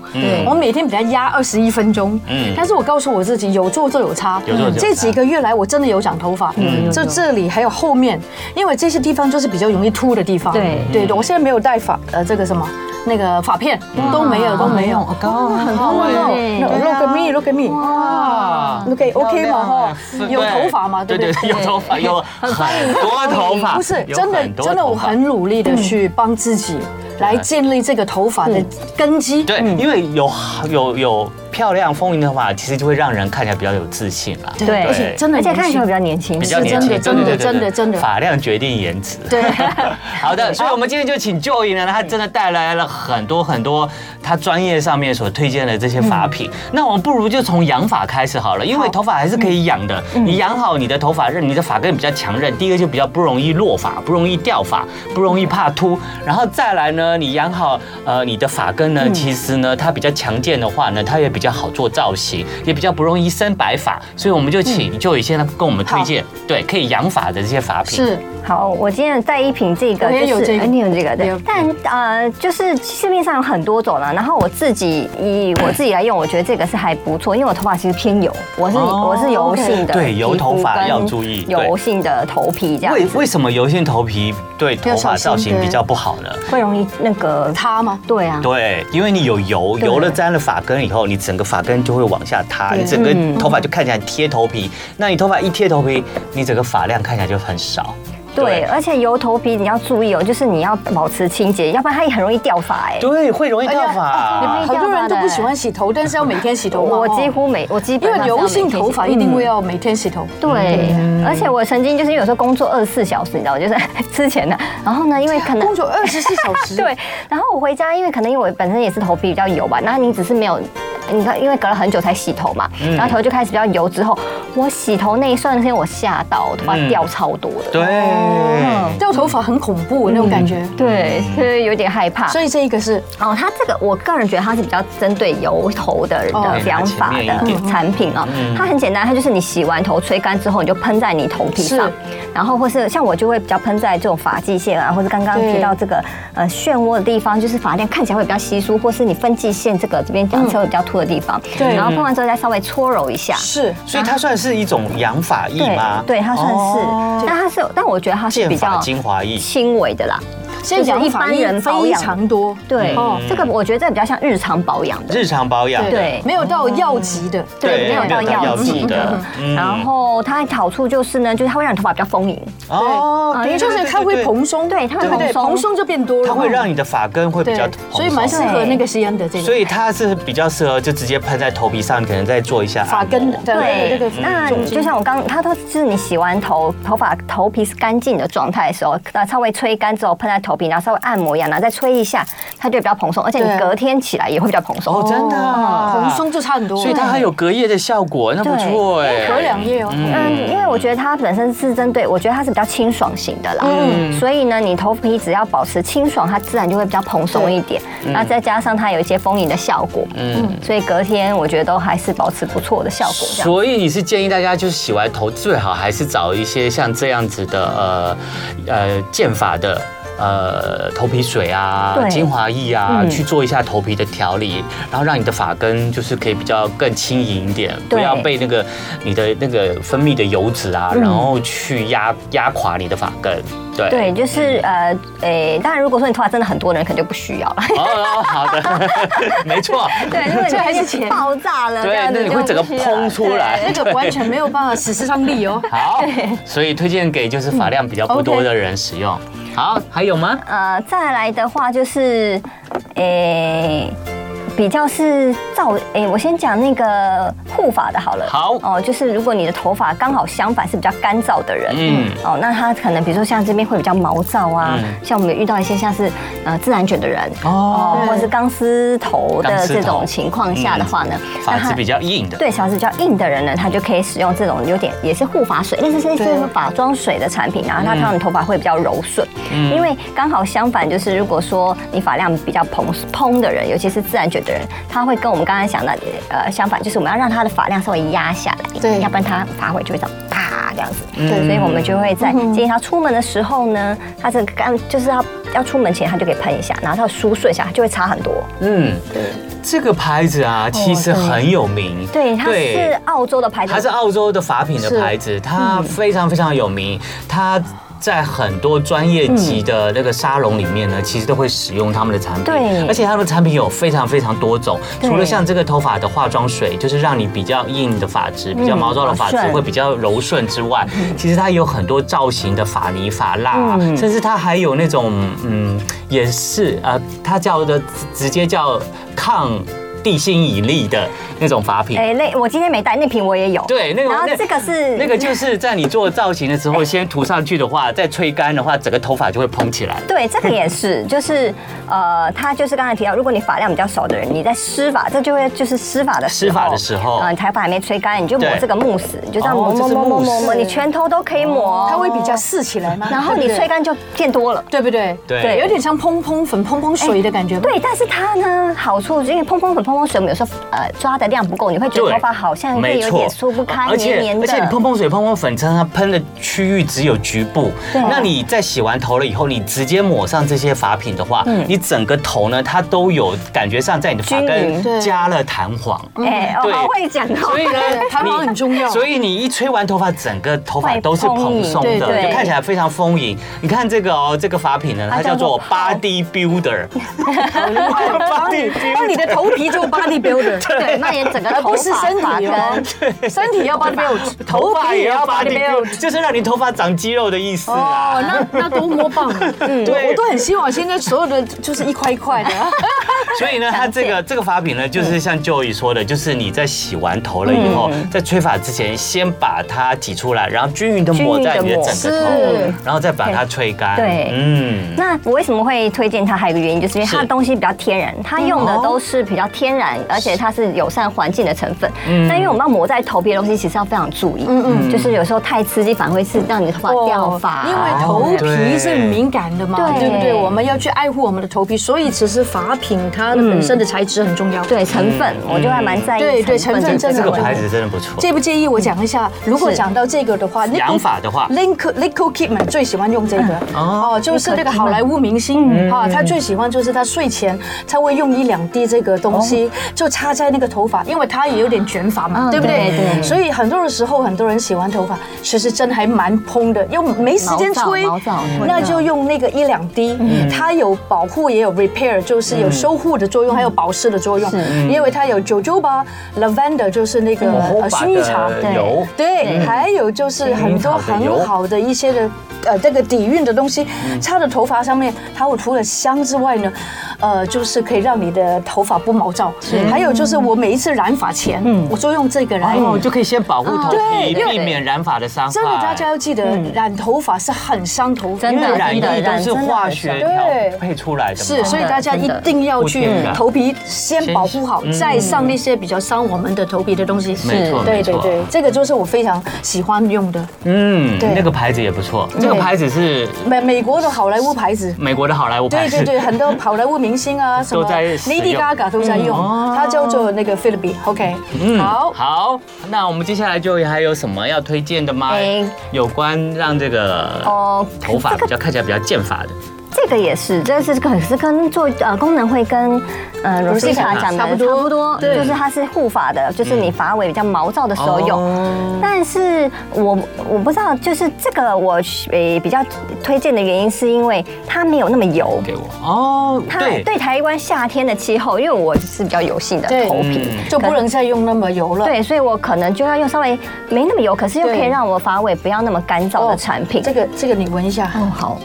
B: 我每天给它压二十一分钟，
C: 嗯
B: 但是我告诉我自己，有做就有差。
C: 有做就有差嗯
B: 这几个月来，我真的有长头发，就这里还有后面，因为这些地方就是比较容易秃的地方。
D: 对
B: 对对，我现在没有戴发呃这个什么那个发片都没有都没有。
C: 很
B: 哦
D: 对
B: ，no, look at me, look at me。
C: 啊
B: OK OK 嘛哈
C: 对，
B: 有头发嘛，对不
C: 对
B: 对？
C: 对，有头发，有很多头发，
B: 嗯不是
C: 有
B: 真的
C: 很，多
B: 真的，
C: 头
B: 我
C: 发
B: 很努力的去帮自己来建立这个头发的根基。
C: 对，因为有有有漂亮丰盈的头发，其实就会让人看起来比较有自信啦，
D: 对
B: 而且真的
D: 而且
B: 年
D: 看起
B: 轻
D: 来比较年轻，
C: 比较
B: 是
C: 年
B: 真的
C: 轻，
B: 真的
C: 对对对对
B: 真的真的
C: 发量决定颜值。
B: 对，
C: 好的，所以我们今天就请 Joy 呢，他真的带来了很多很多他专业上面所推荐的这些法品。那我们不如就从养发开始好了，因为头发还是可以养的。你养好你的头发，让你的发根比较强韧，第一个就比较不容易落发，不容易掉发，不容易怕秃。然后再来呢，你养好呃你的发根呢，其实呢它比较强健的话呢，它也比较好做造型，也比较不容易生白发。所以我们就请 Joy 先来跟我们推荐，对，可以养发的这些发品。
B: 是
D: 好，我今天带一瓶这个，
B: 我也有这个
D: 哎你有这个
B: 有
D: 对，但呃，就是市面上有很多种啦。然后我自己以我自己来用，我觉得这个是还不错，因为我头发其实偏油，我是
C: 哦
D: 我是油性的，
C: 对油头发
D: 皮肤跟
C: 要注意对
D: 油性的头皮这样
C: 为
D: 子，
C: 为什么油性头皮对头发造型比较不好呢？
D: 会容易那个
B: 他吗？
D: 对啊，
C: 对，因为你有油，
D: 对
C: 油了沾了发根以后，你整个发根就会往下塌，
B: 对
C: 你整
D: 嗯
C: 个头发就看起来贴头皮。那你头发一贴头皮，你整个发量看起来就很少。
D: 对，而且油头皮你要注意哦，就是你要保持清洁，要不然它也很容易掉发哎。
C: 对，会容易掉
D: 哎
C: 发
D: 呀。
B: 很多人都不喜欢洗头，但是要每天洗头嘛。
D: 我
B: 哦
D: 几乎每我基
B: 因
D: 本上
B: 为
D: 是要嗯
B: 油性
D: 每天
B: 头发
D: 洗
B: 一定会要每天洗头。
D: 对，而且我曾经就是因为有时候工作二十四小时，你知道，就是 之前的，然后呢，因为可能
B: 工作二十四小时，
D: 对，然后我回家，因为可能因为我本身也是头皮比较油吧，那你只是没有。你看，因为隔了很久才洗头嘛，然后头就开始比较油。之后我洗头那一瞬间，我吓到，我头发
C: 嗯
D: 掉超多的。
C: 对，
D: 哦
B: 掉头发很恐怖那种感觉。
C: 嗯
D: 对，所以有点害怕。
B: 所以这一个是
D: 哦，它这个我个人觉得它是比较针对油头的人
B: 哦嗯
D: 的养发
C: 拿前面一嗯
D: 的
C: 点
D: 产品哦。它很简单，它就是你洗完头吹干之后，你就喷在你头皮上
B: 是，
D: 然后或是像我就会比较喷在这种发际线啊，或是刚刚
B: 对
D: 提到这个呃漩涡的地方，就是发量看起来会比较稀疏，或是你分界线这个这边讲车会比较凸的地方。
B: 嗯对
D: 然后
C: 嗯
D: 喷完之后再稍微搓揉一下。
B: 是
C: 所以它算是一种养发液
D: 对
C: 吗？，
D: 对，它算
C: 哦
D: 是，但它是，但我觉得它是
C: 健
D: 比
C: 发
D: 较
C: 精华液。
D: 轻微的啦。
B: 现在养发
D: 一般
B: 液
D: 人保
B: 非
D: 养
B: 常多，
D: 对
B: 哦，
D: 这个我觉得这比较像日常保养的。
C: 日常保养的，
D: 对
B: 没有到药级的。
D: 对，没有到药剂的。
C: 嗯
D: 然后它的好处就是呢，就是它会让你头发比较丰盈，
C: 哦
D: 对
C: 对
B: 啊就是它会蓬松，
D: 对它会
B: 对不对？
D: 蓬松
B: 蓬松就变多了，
C: 它会让你的发根会比
B: 对
C: 较，
B: 所以蛮适
C: 蓬松
B: 合那个西安的这个，
C: 所以它是比较适合就直接喷在头皮上，可能再做一下按摩
B: 发根的对这
C: 嗯
B: 个
D: 那
B: 中间
D: 就像我刚，它都是你洗完头，头发头皮是干净的状态的时候，那稍微吹干之后喷在头皮，然后稍微按摩一下，然后再吹一下，它就比较蓬松，而且
B: 对
D: 你隔天起来也会比较蓬松。
C: 哦，真的啊
B: 蓬松就差很多，
C: 所以它还有隔夜的效果，那不错哎。
B: 隔两夜哦，
D: 嗯，因为我觉得它本身是针对，我觉得它是比较清爽型的啦，
B: 嗯
D: 所以呢，你头皮只要保持清爽，它自然就会比较蓬松一点。那再加上它有一些丰盈的效果，嗯，所以隔天我觉得都还是保持不错的效果。这样，
C: 所以你是建议大家就是洗完头最好还是找一些像这样子的呃呃健发的。呃，头皮水啊，
D: 对
C: 精华液啊，
D: 嗯
C: 去做一下头皮的调理，然后让你的发根就是可以比较更轻盈一点，不
D: 对嗯
C: 要被那个你的那个分泌的油脂啊，然后去压压垮你的发根。对，
D: 对，就是呃，诶，当然如果说你头发真的很多人，可能就不需要了。
C: 哦哦，好的， 没错，
D: 对，如果你
B: 这还是钱
D: 爆炸了，
C: 对
D: 这样子
C: 那你
D: 就
C: 会整个
D: 不需要
C: 蓬出来
D: 对
B: 那个完全没有办法使之上 力哦。
C: 好，所以推荐给就是发量比较不多的人使用。好，还有吗？
D: 呃，再来的话就是，诶、比较是造，哎、我先讲那个护发的好了。
C: 好
D: 哦，就是如果你的头发刚好相反是比较干燥的人，
C: 嗯
D: 嗯，哦，那他可能比如说像这边会比较毛躁啊，
C: 嗯
D: 像我们有遇到一些像是呃自然卷的人，
C: 哦
D: 哦，或者是钢丝头
C: 钢
D: 的
C: 丝头嗯
D: 这种情况下的话呢，
C: 发质
D: 他
C: 比较硬的，
D: 对小指比较硬的人呢，他就可以使用这种有点也是护发水，类似是是发妆水的产品，然后它
B: 嗯
D: 让你头发会比较柔顺。因为刚好相反，就是如果说你发量比较蓬蓬的人，尤其是自然卷的人，他会跟我们刚才想的呃相反，就是我们要让他的发量稍微压下来，
B: 对
D: 要不然他发尾就会长啪这样子。
B: 对嗯
D: 所以我们就会在建议他出门的时候呢，他这个干就是要要出门前他就可以喷一下，然后他舒顺一下，它就会差很多。
C: 嗯，这个牌子啊，其实很有名，
D: 哦对，它是澳洲的牌子，嗯
C: 它是澳洲的法品的牌子，它非常非常有名，它。在很多专业级的那个沙龙里面呢，其实都会使用他们的产品，
D: 嗯对
C: 而且他们的产品有非常非常多种，
D: 对
C: 除了像这个头发的化妆水，就是让你比较硬的发质、比较毛躁的发质
D: 柔嗯顺
C: 会比较柔顺之外，其实它有很多造型的发泥、发蜡啊，
D: 嗯
C: 甚至它还有那种嗯，也是呃，它叫的直接叫抗地心引力的那种发品，
D: 哎，那我今天没带那瓶，我也有。
C: 对那个
D: 然后
C: 那
D: 这个是
C: 那个就是在你做造型的 时候，先涂上去的话，再吹干的话，整个头发就会蓬起来。
D: 对，这个也是， 就是呃，它就是刚才提到，如果你发量比较少的人，你在施法，这就会就是施法的时候
C: 施法的时候
D: 呃，你头发还没吹干，你就抹
C: 对
D: 这个慕斯，你就这样
C: 哦
D: 抹
C: 这
D: 抹
C: 是
D: 抹
C: 慕
D: 抹
C: 斯哦
D: 抹抹，你全头都可以抹，
B: 它会比较，细起来吗？
D: 然后你吹干就变多了。
B: 对不对，
C: 对哎
D: 对
B: 有点像蓬蓬粉、蓬蓬水的感觉吗？
D: 对，但是它呢，好处因为蓬蓬粉、蓬蓬水，我们有时候呃抓的量不够，你会觉得头发好像会
C: 没
D: 有
C: 错
D: 点梳不开，
C: 而
D: 黏
C: 且
D: 黏的。
C: 而且你碰碰水、碰碰粉，常常喷的区域只有局部。
D: 对
C: 那你在洗完头了以后，你直接抹上这些发品的话，
D: 嗯
C: 你整个头呢，它都有感觉上在你的发
D: 均匀
C: 根
B: 对
C: 加了弹簧。
D: 哎，
C: 对
D: 哦，好会讲哦。
C: 所以呢
B: 对，弹簧
C: 你
B: 很重要
C: 所以你一吹完头发，整个头发
D: 会
C: 都是蓬松
B: 丰盈
C: 的，
B: 对
C: 就
D: 对
C: 看起来非常丰盈。你看这个哦，这个发品呢，它
D: 它
C: 叫
D: 叫
C: 做
D: 做
C: Body Builder。
B: 帮你 帮你的头皮就 body builder，
D: 对，那也整个
B: 而
D: 头
B: 不是
D: 发
B: 身
D: 发
B: 体
D: 根
B: 哦。，身体要 body build，
C: 头发也要 body
B: build。
C: build，就是让你头发长肌肉的意思
B: 哦，
C: 啊。
B: 那那多么棒！ 嗯，
C: 对
B: 我都很希望现在所有的就是一块一块 的，
C: 所以呢，它这个这个发品呢，就是像 Joey 说的，就是你在洗完头了以后，
B: 嗯
C: 在吹发之前，先把它挤出来，然后均匀的抹在你的整个头
B: 是，
C: 然后再把它吹干。
D: 对
C: 嗯，
D: 那我为什么会推荐它？还有一个原因，就是因为它
C: 是
D: 的东西比较天然，它用的都是比较天然，而且它是友善环境的成分。但因为我们要抹在头皮的东西，其实要非常注意，嗯嗯嗯，哦就是有时候太刺激反而会是让你的头发掉发，
B: 因为头皮是
C: 对
B: 敏感的嘛，
D: 对
B: 对不对？我们要去爱护我们的头皮，所以其实发品它
D: 嗯
B: 的本身的材质很重要。
D: 对成分，我就还蛮在意
B: 对对成分
D: 这
B: 真
C: 这
D: 个
B: 的
C: 个
D: 问
C: 牌
D: 题。
C: 子真的不错。
B: 介不介意我讲一下？如果讲到这个的话，
C: 养发的话
B: l i n k l i n k Kidman 最喜欢用这个
D: 嗯
B: 哦，就是那个好莱坞明星哈，他最喜欢就是他睡前他会用一两滴这个东西，就插在那个头发，因为他也有点卷发嘛，
D: 哦嗯
B: 对不对？
D: 对对
B: 所以很多的时候，很多人洗完头发，其实真还蛮蓬的，又没时间吹嗯
D: 毛躁毛躁，对嗯
B: 那就用那个一两滴，它有保护也有 repair，就是有修护的作用，还有保湿的作用，
D: 嗯
B: 因为它有 jojoba lavender，就是那个
C: 头
B: 呃
C: 发
B: 薰衣茶，
C: 的
D: 对
C: 油。
B: 对，还有就是很多很嗯好的一些的呃这个底蕴的东西，擦在头发上面，它除了香之外呢，呃，就是可以让你的头发不毛躁。还有就是我每一次染发前，我就用这个来。
C: 哦，就可以先保护头皮，
B: 对因为
C: 避免染发的伤害。
B: 真的，大家要记得染头发是很伤头发，
D: 真的
C: 染
D: 真的
C: 液都是化学调
B: 对
C: 配出来的嘛。
B: 是，所以大家一定啊要去
C: 真的
B: 头皮先保护好，再上那些比较伤我们的头皮的东西。嗯
C: 没错没
B: 对对
C: 错
B: 对，这个就是我非常喜欢用的，
C: 嗯，
B: 对
C: 那个牌子也不错。这个牌子是
B: 美美国的好莱坞牌子。
C: 美国的好莱坞牌
B: 对
C: 子，
B: 对 对，很多好莱坞明星啊，什么
C: 嗯都在使用嗯
B: Lady Gaga 都在用，它叫做那个 Philby。OK，好，
C: 好，那我们接下来就还有什么要推荐的吗？
D: 哎
C: 有关让这个
D: 哦，
C: 头发比较看起来比较剑发的，
D: 这个也是，这是可是跟做呃功能会跟呃 r o s i t
B: Rosita
D: 讲的
B: 差不多对
D: 就是它是护发的，就是你发尾比较毛躁的时候用。
C: 哦
D: 但是我我不知道，就是这个我呃比较推荐的原因是因为它没有那么油。
C: 给我哦，
D: 它
C: 对
D: 对台湾夏天的气候，因为我是比较油性的
B: 对
D: 头皮，
C: 嗯
B: 就不能再用那么油了。
D: 对，所以我可能就要用稍微没那么油，可是又可
B: 对
D: 以让我发尾不要那么干燥的产品。
B: 这个这个你闻一下
D: 哦好，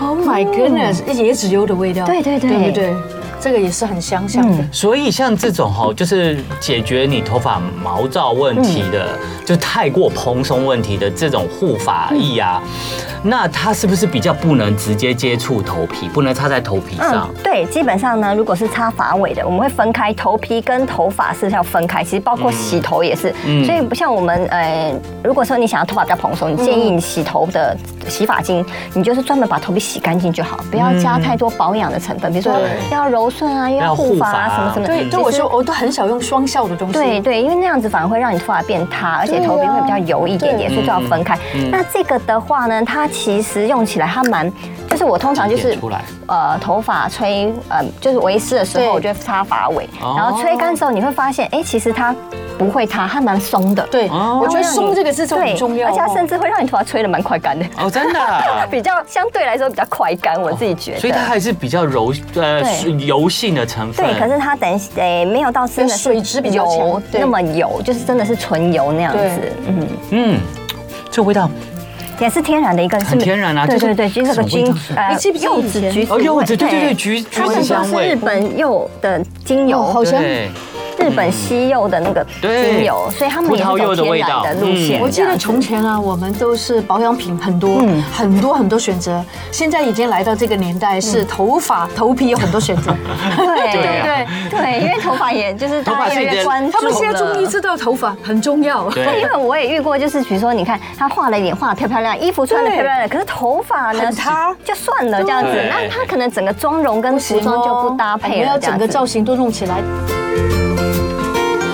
B: ，Oh my goodness，椰子油的味道。
D: 对对对嗯
B: 对不对？这个也是很相像的。
C: 所以像这种哈，就是解决你头发毛躁问题的，
D: 嗯
C: 就太过蓬松问题的这种护发液啊，
D: 嗯
C: 那它是不是比较不能直接接触头皮，不能擦在头皮上？
D: 嗯对，基本上呢，如果是擦发尾的，我们会分开头皮跟头发是要分开，其实包括洗头也是。
C: 嗯
D: 所以不像我们呃，如果说你想要头发比较蓬松，你建议你洗头的洗发精，你就是专门把头皮洗干净就好，不要加太多保养的成分，比如说
B: 对
D: 要柔顺啊，又
C: 要
D: 要
C: 护
D: 护发
C: 发
D: 啊，什么什
C: 嗯
D: 么。
B: 对，对我
D: 其实
B: 说我都很少用双效的东西。
D: 对对，因为那样子反而会让你头发变塌，而且
B: 对
D: 头皮
B: 啊
D: 会比较油一点点，
C: 对
D: 所以就要分开。那这个的话呢，它其实用起来它蛮，就是我通常就
C: 几
D: 是
C: 点出来
D: 呃头发吹呃就是微湿的时
B: 对
D: 候，我就会擦发尾，
C: 哦
D: 然后吹干之后你会发现，哎，其实它不会塌，它蛮松的。
B: 对，
C: 哦
B: 我
D: 它
B: 觉得
D: 会让你，
B: 松这个字就很
D: 对
B: 重要哦。
D: 而且它甚至会让你头发吹得蛮快干的，
C: 哦，真的啊。
D: 比较相对来说比较快干，我自己觉得。
C: 所以它还是比较柔呃
D: 对
C: 油性的成分。
D: 对，可是它等诶没有到真的是
B: 水质比较强
D: 油
B: 对
D: 那么油，就是真的是纯油那样子
B: 对，
D: 嗯。
C: 嗯，这味道
D: 也是天然的一个，
C: 很天然啊
D: 对
C: 就是
D: 对对，就是这
C: 什
D: 个
C: 么味
D: 菌
C: 道
B: 你
C: 是，
B: 记哎不记得
D: 柚
B: 以
D: 子
B: 前
D: 橘子
C: 哦
D: 味，
C: 柚子对对对橘橘
D: 它们
C: 子
D: 都
C: 香
D: 是
C: 味
D: 日本柚的精油，
B: 哦好香
C: 对，
D: 日本西柚的那个
C: 嗯对
D: 精油，所以它们也是
C: 葡萄柚的
D: 走天
C: 味道嗯
D: 然的路线。
B: 我记
D: 这
B: 得
D: 样子
B: 从前啊，我们都是保养品很多、
D: 嗯
B: 很多很多选择，现在已经来到这个年代，是头发、头皮有很多选择。
D: 对
C: 对啊
B: 对，
D: 对，因为头发也就是
C: 头发
D: 大家
C: 是
D: 越来
C: 一
D: 越
C: 个
D: 关注
B: 他们现在终于
D: 了
B: 知道头发很重要。啊
D: 对，因
C: 对
D: 为我也遇过，就是比如说，你看她画了脸，画的漂漂亮，衣服穿的漂漂亮，可是头发呢
B: 很塌
D: 就算了这样子
C: 对，
D: 那她可能整个妆容跟服装就不搭
B: 我
D: 配
B: 们
D: 了，
B: 要
D: 这样
B: 哦整
D: 子
B: 个造型都弄起来。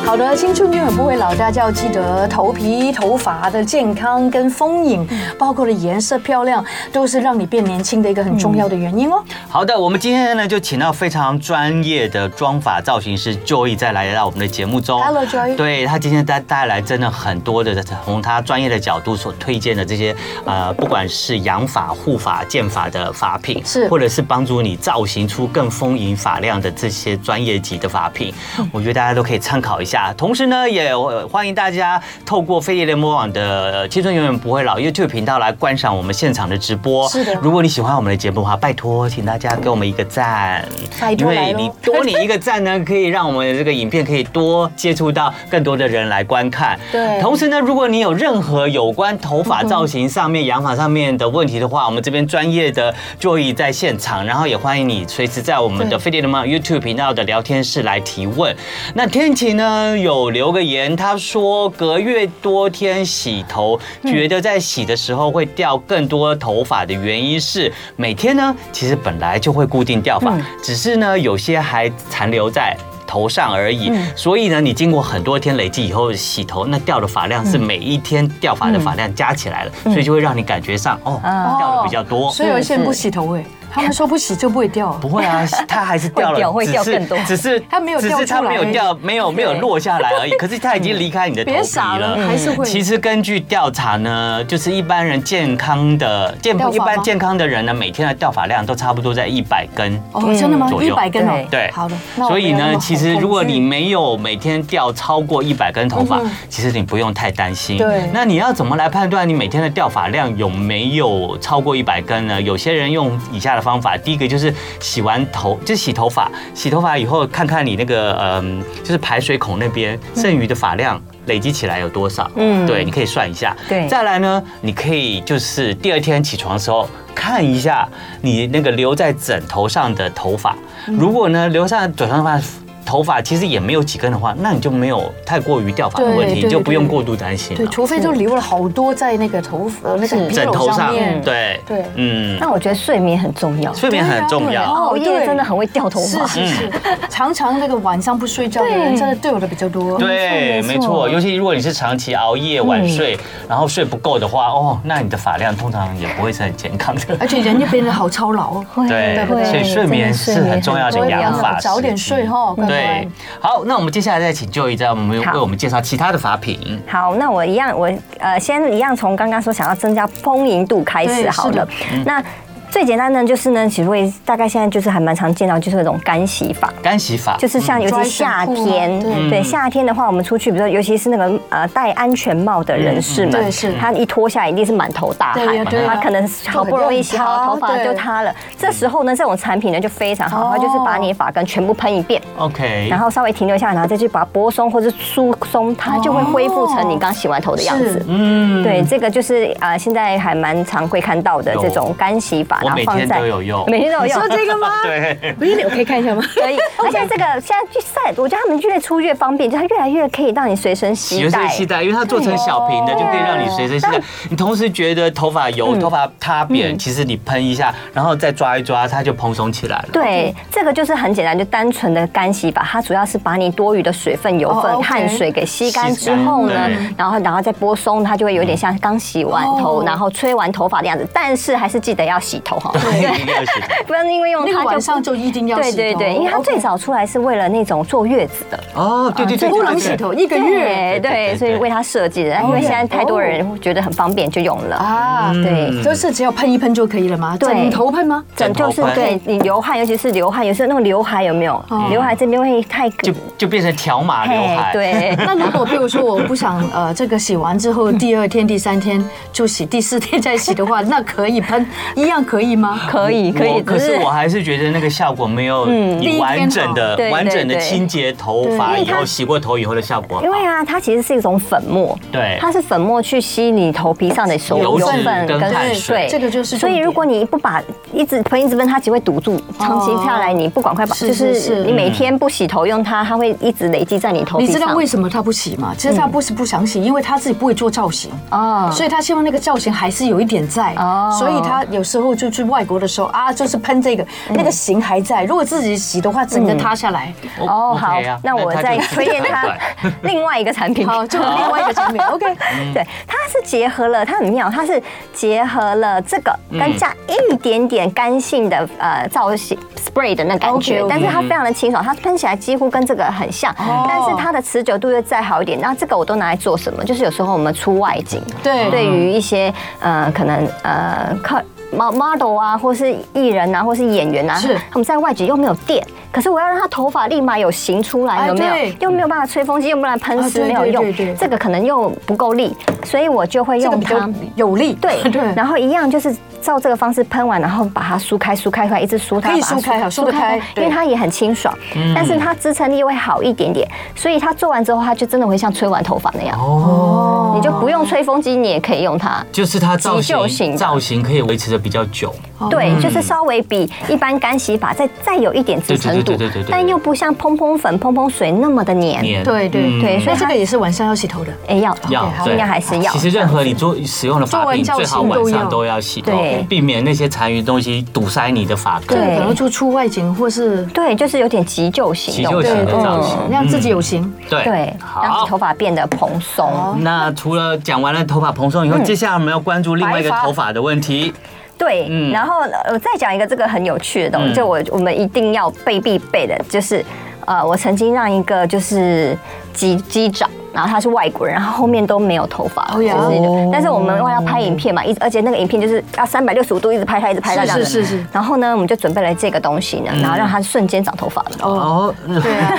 B: 好的，青春永远不会老，大家要记得头皮、头发的健康跟丰盈，包括的颜色漂亮，都是让你变年轻的一个很重要的原因哦。
C: 好的，我们今天呢就请到非常专业的妆发造型师 Joy 再来到我们的节目中。
B: Hello, Joy
C: 对他今天带带来真的很多的从他专业的角度所推荐的这些呃，不管是养发、护发、健发的发品，
B: 是
C: 或者是帮助你造型出更丰盈发量的这些专业级的发品，我觉得大家都可以参考一下。同时呢，也呃欢迎大家透过飞碟联播网的呃《青春永远不会老》YouTube 频道来观赏我们现场的直播。
B: 是的
C: 如果你喜欢我们的节目的话，拜托请大家给我们一个赞，
B: 拜
C: 因
B: 托来
C: 为
B: 咯
C: 你多你一个赞呢，可以让我们的这个影片可以多接触到更多的人来观看。
B: 对
C: 同时呢，如果你有任何有关头发造型上面、养发上面的问题的话，我们这边专业的 Joy 在现场，然后也欢迎你随时在我们的
B: 对
C: 飞碟的猫 YouTube 频道的聊天室来提问。那天琪呢有留个言，他说隔越多天洗头，觉得在洗的时候会掉更多头发的原因是，每天呢其实本来就会固定掉发，只是呢有些还残留在。头上而已，
B: 嗯
C: 所以呢，你经过很多天累积以后洗头，那掉的发量是每一天掉发的发量加起来了，
B: 嗯
C: 所以就会让你感觉上哦，
D: 啊
C: 掉的比较多。
B: 哦所以有一些人不洗头哎，他们说不洗就不会掉。
C: 不会啊，它还是掉了，
D: 会掉会掉更多
C: 只是只是
B: 它没有
C: 只
B: 掉
C: 是它
B: 出来
C: 没有
B: 而已
C: 掉，没有没有落下来而已。可是它已经离开你的头
B: 别
C: 皮嗯
B: 傻了，还是会。
C: 其实根据调查呢，就是一般人健康的健
B: 掉发吗
C: 一般健康的人呢，每天的掉发量都差不多在一百根。
B: 哦，真的吗？
C: 左
B: 一
C: 右
B: 百根哦。
C: 嗯对，
B: 好的。那我
C: 所
B: 没
C: 以
B: 有那
C: 呢，
B: 么
C: 其实如果
B: 恐
C: 你
B: 惧
C: 没有每天掉超过一百根头
B: 嗯
C: 发，其实你不用太担心。
B: 对
C: 那你要怎么来判断你每天的掉发量有没有超过一百根呢？有些人用以下的方法，第一个就是洗完头，就洗头发，洗头发以后看看你那个嗯，就是排水孔那边剩余的发量。累积起来有多少？嗯，
D: 嗯
C: 对，你可以算一下。
D: 对
C: 再来呢，你可以就是第二天起床的时候看一下你那个留在枕头上的头发，
D: 嗯
C: 如果呢留上枕头上的头发其实也没有几根的话，那你就没有太过于掉发的问
B: 对
C: 题，
B: 对
C: 你就不用
B: 对
C: 过度担心
B: 对，
C: 了。嗯
B: 除非就留了好多在那个头发、呃那个
D: 是
B: 披
C: 枕
B: 头
C: 头
B: 上
C: 上
B: 面，，
C: 对
B: 对
C: 嗯，
D: 那我觉得睡眠很重要。
C: 睡眠很重
B: 对啊
C: 要。
D: 熬夜
B: 对
D: 真的很会掉头
B: 是
D: 发。
B: 是是，嗯常常那个晚上不睡觉的人，
D: 对
B: 真的对我的比较多。啊
C: 对，
D: 没
C: 没
D: 错
C: 错，尤其如果你是长期熬夜、晚睡，然后睡不够的话，哦，那你的发量通常也不会是很健康 的。
B: 而且人就变得好操劳。
D: 会
C: 对
B: 对
C: 所以睡眠是很重要的
B: 所以
C: 养法。
B: 早点睡哈，乖
C: 对
B: 乖。，
C: 好，那我们接下来再请 Joy 在我们
D: 好
C: 为我们介绍其他的发品。
D: 好，那我一样，我呃先一样从刚刚说想要增加丰盈度开始好了。那最简单的就是呢，其实会大概现在就是还蛮常见到，就是那种干洗法，
C: 干洗法
D: 就是
B: 嗯
D: 像尤其夏天，
B: 啊对嗯
D: 对夏天的话，我们出去，比如说尤其是那个呃戴安全帽的人士
B: 嗯对
D: 们，
B: 是
D: 他一脱下来一定是满头大汗
B: 对呀对，呀
D: 他可能好不容易洗好头
B: 就很
D: 发
B: 热
D: 就塌了。这时候呢，这种产品呢就非常
B: 哦
D: 好，它就是把你的发根全部喷一遍，
C: 嗯，OK，
D: 然后稍微停留一下，然后再去把它拨松或者疏松，它就会恢复成你刚洗完头的样
B: 哦是
D: 子。
C: 嗯
D: 对，这个就是呃，现在还蛮常会看到的这种干洗法，
C: 我
D: 然后
C: 每
D: 放
C: 天
D: 在
C: 都有用
D: 每天都有
B: 你
D: 用
B: 说。这个吗？
C: 对，
B: ，really，我可以看一下吗？
D: 可以，而且这个现在去晒，我觉得他们越出越方便，就它越来越可以让你随身携
C: 随身
D: 带。
C: 携带，因为它做成小瓶的，就可以让你随身携带。你同时觉得头发
D: 嗯
C: 油、头发塌扁，其实你喷一下，然后再抓一抓，它就蓬松起来了。
D: 对，这个就是很简单，就单纯的干洗法，它主要是把你多余的水分、油
B: 哦
D: 分、
B: ，OK
D: 汗水给吸干之后呢
C: 吸干，
D: 然后然后再拨松，它就会有点像刚洗完头，
B: 哦
D: 然后吹完头发的样子。但是还是记得要洗头 哈，
C: 一定要洗 头
D: 不然因为 用
B: 那
D: 它
B: 个
D: 就
B: 晚上就一定要
D: 对
B: 洗头哦
D: 对对，因为它
B: OK
D: 最早出来是为了那种坐月子的，
C: 哦，
D: 啊
C: 对对对，
B: 不
C: 对
B: 能
C: 对
B: 洗头一个月哦
C: 对
D: 对
C: 对对
D: 对，所以为它设计的。因为现在太多人觉得很方便就用了，
B: 啊，
D: 对。
C: 嗯
B: 就是只要喷一喷就可以了吗？
D: 对
B: 枕头喷吗？
D: 枕头是
C: 枕头
D: 对你流汗，尤其是流汗，有时候那种刘海有没有？
B: 哦
D: 刘海这边会太
C: 就就变成条码刘海。，
D: 对
B: 。那如果比如说我不想呃这个洗完之后第二天、第三天就洗，第四天再洗的话，那可以 喷一样可以吗？
D: 可以嗯可以，
C: 可
D: 只
C: 是我还是觉得那个效果没有
B: 第一
C: 你
B: 天
C: 完整
B: 好
C: 的
D: 对、对
C: 完整的
D: 对
C: 清洁头发
D: 对
C: 以后洗过头以后的效果好。
D: 因为啊，它其实是一种粉末，
C: 对
D: 它是粉末去吸你头皮上的所
C: 哎
D: 有
C: 油
D: 油
C: 脂
D: 分
C: 跟汗水
D: 对
B: 这个就是重
D: 所
B: 点哦
D: 以如果你不把一直喷一直喷，它只会堵住，长期下来你不赶快把，
B: 是
D: 就是
B: 是
D: 是你每天不洗头用它，它会一直累积在你头皮
B: 你
D: 上。
B: 知道为什么他不洗吗？其实他不是不想洗，因为他自己不会做造型，
D: 哦
B: 所以他希望那个造型还是有一点在
D: 哦，
B: 所以他有时候就去外国的时候啊，就是喷这个，
D: 嗯
B: 那个型还在。如果自己洗的话，整个塌下 来。
D: 哦，
C: OK
D: 好
C: 啊，
D: 那我
C: 它就
D: 再
C: 是
D: 推荐 它 另外一个产品。
B: 好，就另外一个产品，OK，
D: 对，它是结合了，它很妙，它是结合了这个跟加一点点干性的呃造型 spray 的那感觉
B: OK，OK，
D: 但是它非常的清爽，它喷起来几乎跟这个很像，但是它的持久度又再好一点。那这个我都拿来做什么？就是有时候我们出外景，
B: 对
D: 对于一些呃可能呃客。mo- model 啊，或是艺人啊，或是演员啊，
B: 是
D: 他们在外景又没有电，可是我要让他头发立马有型出来，
B: 哎
D: 有没有
B: 对？
D: 又没有办法吹风机，又没有办法喷
B: 啊
D: 湿，
B: 对
D: 没有
B: 对
D: 用
B: 对对，
D: 这个可能又不够力，所以我就会
B: 这个
D: 用
B: 比较
D: 它。
B: 有力。
D: 对
B: 对，
D: 然后一样就是照这个方式喷完，然后把它梳开、梳开、梳开，一直梳它，
B: 可以
D: 把它
B: 梳开啊梳得开对嗯
D: 因为它也很清爽，但是它支撑力会好一点点，所以它做完之后，它就真的会像吹完头发那样，
C: 哦，
D: 你就不用吹风机，你也可以用它。
C: 就是它造
D: 急救型
C: 型
D: 的哦
C: 造型可以维持的比较久。
D: 对，
C: 嗯
D: 就是稍微比一般干洗法再再有一点支撑度
C: 对对对对对对，对
D: 但又不像砰砰粉、砰砰水那么的黏。
C: 黏
B: 对对
C: 嗯
D: 对所以
B: 那这个也是晚上要洗头的。
D: 哎，要
C: 要
B: OK，好
C: 对
D: 应该还是要
C: 其实任何你做使用的发
B: 做完
C: 品，
B: 造
C: 最好
B: 型
C: 晚
B: 都要
C: 上都要洗头
D: 对，
C: 避免那些残余东西堵塞你的发根。
D: 对
B: 然后就出外景或是
D: 对，就是有点急救型
C: 急
D: 动
C: 救
D: 作。
C: 型的
B: 对
C: 造型，
B: 让自己有型。
C: 对
D: 嗯对，让
C: 好
D: 你头。发变得蓬松。
C: 那除了讲完了头发蓬松
D: 嗯
C: 以后，接下来我们要关注另外一个
B: 白发
C: 头发的问题。
D: 对，
C: 嗯
D: 然后呃我再讲一个这个很有趣的东西，
C: 嗯
D: 就我我们一定要背必备的，就是呃，我曾经让一个就是机机长。然后他是外国人，然后后面都没有头发，
B: 哦呀嗯
D: 就是，但是我们为了拍影片嘛，一直而且那个影片就是要三百六十五度一直拍他，一直拍他这样子。
B: 是是是是
D: 然后呢，我们就准备了这个东西
C: 嗯
D: 呢，然后让他瞬间长头发了。
C: 哦，
B: 对啊，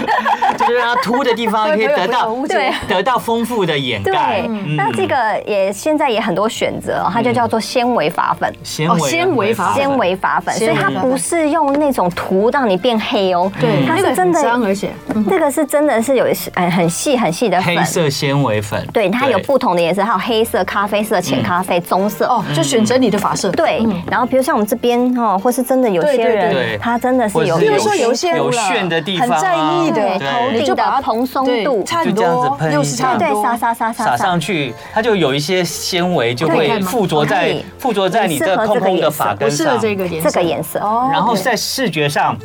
C: 就是让它秃的地 方可以得
B: 不要
C: 到
B: 误解
D: 对
C: 得到丰富的掩
D: 对
C: 盖。，
B: 嗯
C: 嗯
D: 那这个也现在也很多选择哦，它就叫做纤维发粉。
C: 纤
B: 哦
C: 维
B: 纤维
C: 嗯
B: 发
D: 纤维发粉，所
B: 纤
D: 以
B: 维
D: 它
B: 发粉
D: 不是用那种涂让你变黑哦，
C: 嗯
B: 对，
D: 它
B: 那个
D: 是
B: 很
D: 真的，
B: 脏而且
D: 这个是真的是有呃很细很细的粉
C: 黑，色纤维粉。
D: 对，它有不同的颜色，还有黑色、咖啡色、浅咖啡、棕色。
B: 哦，就选择你的发色。，
D: 对，然后比如像我们这边哦，或是真的有些
B: 对对
D: 人
C: 对
D: 他真的是
C: 或者
D: 有，
C: 是
B: 比如说有
C: 有
B: 些
C: 有炫的地
B: 很
C: 方啊
B: 在意的
D: 对
C: 对
D: 头顶的蓬松
B: 对
D: 度，
B: 差很
C: 就这样子
B: 多，
C: 喷一下
B: 又是差
D: 对
B: 很
D: 对，
B: 多。
D: 撒撒撒
C: 撒
D: 撒撒
C: 上，去，它就有一些纤维就
D: 对
C: 会
B: 看嘛
C: 附着
D: 可
C: 在
D: 以
C: 附着在你
D: 适
C: 的
D: 合
C: 蓬
D: 这个
C: 蓬的
D: 颜色
C: 发
B: 我
C: 根
B: 适合
C: 上。
B: 这个颜色，
D: 这个颜色。
B: 哦
C: 然后在视觉上，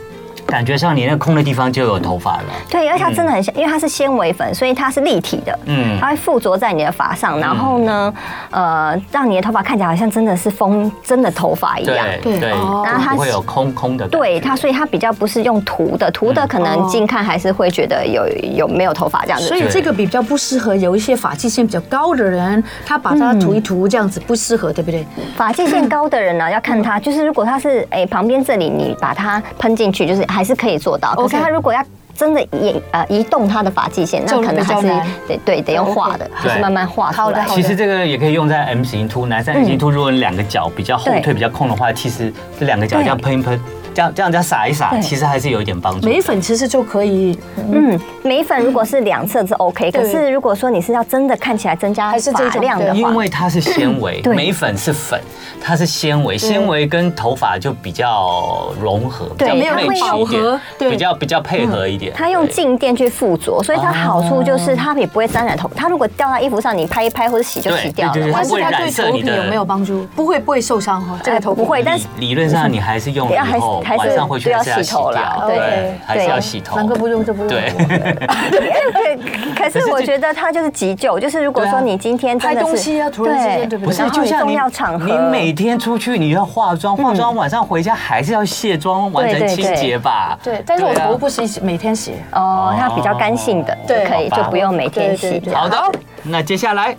C: 感觉上你那空的地方就有头发了。
D: 对，而且它真的很像，因为它是纤维粉，所以它是立体的，
C: 嗯
D: 嗯，它会附着在你的发上，然后呢，呃，让你的头发看起来好像真的是风真的头发一样。
C: 对
B: 对
C: 对，
B: 哦
D: 那它
C: 就不会有空空的感觉。
D: 对它，所以它比较不是用涂的，涂
C: 嗯
D: 的可
B: 哦
D: 能近看还是会觉得有有没有头发这样子。
B: 所以这个比较不适合有一些发际线比较高的人，他把它涂一涂这样子不适合，对不对？
C: 嗯
D: 发际线高的
B: 嗯
D: 人呢，要看他，就是如果他是哎、旁边这里你把它喷进去，就是还是可以做到。可是
B: OK
D: 他如果要真的移呃移动他的发际线，那
B: 就
D: 可能
B: 比较
D: 还是
B: 难
D: 得对得用画的，就是慢慢画出
B: 好的
D: 来
B: 好。的
C: 其实这个也可以用在 M 型凸，男生 M 型凸，如果你两个脚比较后退、
D: 嗯对
C: 比较空的话，其实这两个脚这样喷一喷，这样这样这样撒一撒，
D: 对
C: 其实还是有一点帮助。
B: 眉粉其实就可以，
D: 嗯，眉粉如果是两侧是 OK，
B: 对
D: 可是如果说你是要真的看起来增加
B: 还是这
D: 发
B: 种
D: 量的
B: 对
D: 话
C: 因，为它是纤维，
D: 对
C: 眉粉是粉，它是纤维，纤维跟头发就比较融合，比
D: 对
C: 较
D: 没有
C: match
D: 会
B: 饱
C: 一点
B: 和对
C: 比较比较配合一点。
D: 它用
C: 对
D: 静电去附着，所以
B: 哦
D: 它好处就是它也不会沾染头。它如果掉到衣服上，你拍一拍或者洗就洗掉
C: 对对对
D: 了
C: 它
B: 但。是
C: 不会
B: 它
C: 染
B: 对
C: 色
B: 头
C: 你
B: 皮
C: 的
B: 有没有帮助？不会不会受伤哈，这个
D: 哎
B: 头皮
D: 不会，但是
C: 理理论上你还是用了
D: 对啊还
C: 以
D: 是
C: 后，
D: 还是
C: 晚上回去还是要
D: 都要
C: 洗
D: 洗
C: 头
D: 头
C: 啦
D: 啦，
C: 对
D: 对，
C: 还是要洗头
B: 难。怪不用就不用。
C: 对，
D: 对，可是我觉得它就是急救，就是如果说你今天真的
B: 拍东西啊突然之间对不
C: 不
B: 对
C: 是
D: 然，后
C: 就像
D: 重
C: 你
D: 要场合，
C: 你嗯每天出去你要化妆，化妆晚上回家还是要卸妆，完成
D: 对对
C: 清洁吧。
B: 对，但是我
C: 对啊
B: 头不洗，每天洗。
D: 哦，它比较干性的就
B: 对
D: 可以，
C: 好
D: 就
C: 吧
D: 不用每天
B: 对
D: 洗
B: 对
D: 这
B: 对
D: 样。
C: 好的，那接下来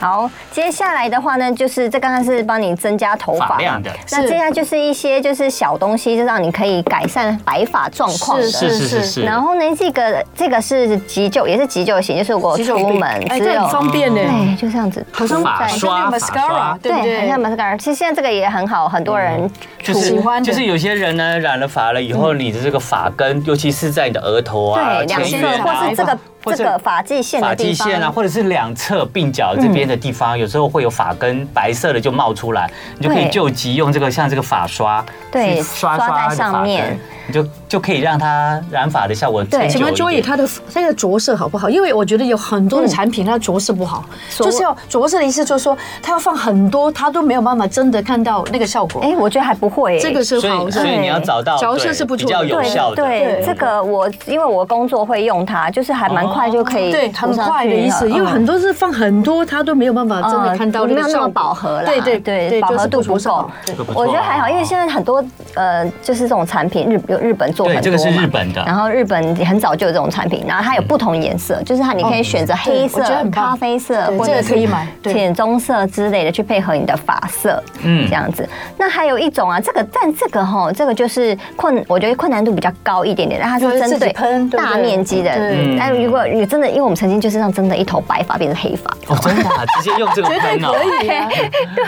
D: 好，接下来的话呢，就是这刚刚是帮你增加头
C: 发
D: 发
C: 量
D: 嘛
C: 的，
D: 那
B: 是
D: 接下来就是一些就是小东西，就让你可以改善白发状况的。
B: 是是
D: 然后呢，这个这个是急救，也是急救型，就是我
B: 洗手
D: 出
B: 液
D: 门
B: 哎，
D: 只
B: 这
D: 有
B: 很方便呢。
D: 对，就这样子，
B: 好像
C: 发
B: 好像
C: 刷
B: 那个
C: 发刷
B: mascara，对不
D: 很
B: 对
D: 像？马斯卡。其实现在这个也很好，很多
B: 嗯
D: 人
C: 就是
B: 喜欢的
C: 就是有些人呢染了发了以后，你的这个发根，尤其是在你的额头啊、
D: 嗯对两
C: 前
D: 侧
C: 缘啊
D: 或是这个
C: 或
D: 这个发际线
C: 发
D: 的地
C: 际线啊，
D: 方。嗯
C: 或者是两侧鬓角这边的地方，有时候会有发根白色的就冒出来，你就可以
D: 对
C: 救急用这个像这个发刷，
D: 对
C: 去刷
D: 刷
C: 刷
D: 在
C: 它的
D: 上
C: 发根
D: 面，
C: 你就就可以让它染发的效果持久一
D: 对
C: 点。
B: 请问卓野，它的这个着色好不好？因为我觉得有很
D: 嗯
B: 多的产品它着色不好，就是要着色的意思就是说它要放很多，它都没有办法真的看到那个效果。
D: 哎，我觉得还不会耶。
B: 这个是
C: 所
B: 好
C: 以
B: 的
C: 所以你要找到
B: 角
C: 对
B: 色是不
C: 比
B: 错的
C: 较有效的，
D: 对
B: 对
D: 这个我因为我工作会用它，就是还
C: 哦
D: 蛮快就可以
B: 对，
D: 涂
B: 很
D: 上
B: 快的
D: 去
B: 意思，
D: 了
B: 因为很多是放很多，它都没呃有办法真的
D: 嗯
B: 看到那
D: 没
B: 个
D: 有
B: 效
D: 那
B: 果
D: 么饱和啦，
B: 对对
D: 对，饱
B: 就是
D: 和度不
B: 着色
D: 够
B: 好。对
C: 这个不错啊
D: 我觉得还好，因为现在很多呃，就是这种产品，日有日本做很多嘛
C: 对这个是日本的嗯
D: 然后日本很早就有这种产品，然后它有不同颜色，就是它你可以选择黑色
B: 哦对我觉得很、棒
D: 咖啡色
B: 对
D: 或
B: 这
D: 者
B: 个可以
D: 是
B: 买对
D: 浅棕色之类的去配合你的发色，
C: 嗯
D: 嗯，这样子。那还有一种啊，这个但这个哈，这个就是困，我觉得困难度比较高一点点，但它
B: 就是
D: 是
B: 自己
D: 针对
B: 喷对不对
D: 大面积的
B: 对。
D: 但如果你真的，因为我们曾经就是让真的一头白发变成黑发，
C: 哦，真的啊，直接用这个
B: 绝 对
C: 喷哦
B: 可以 啊，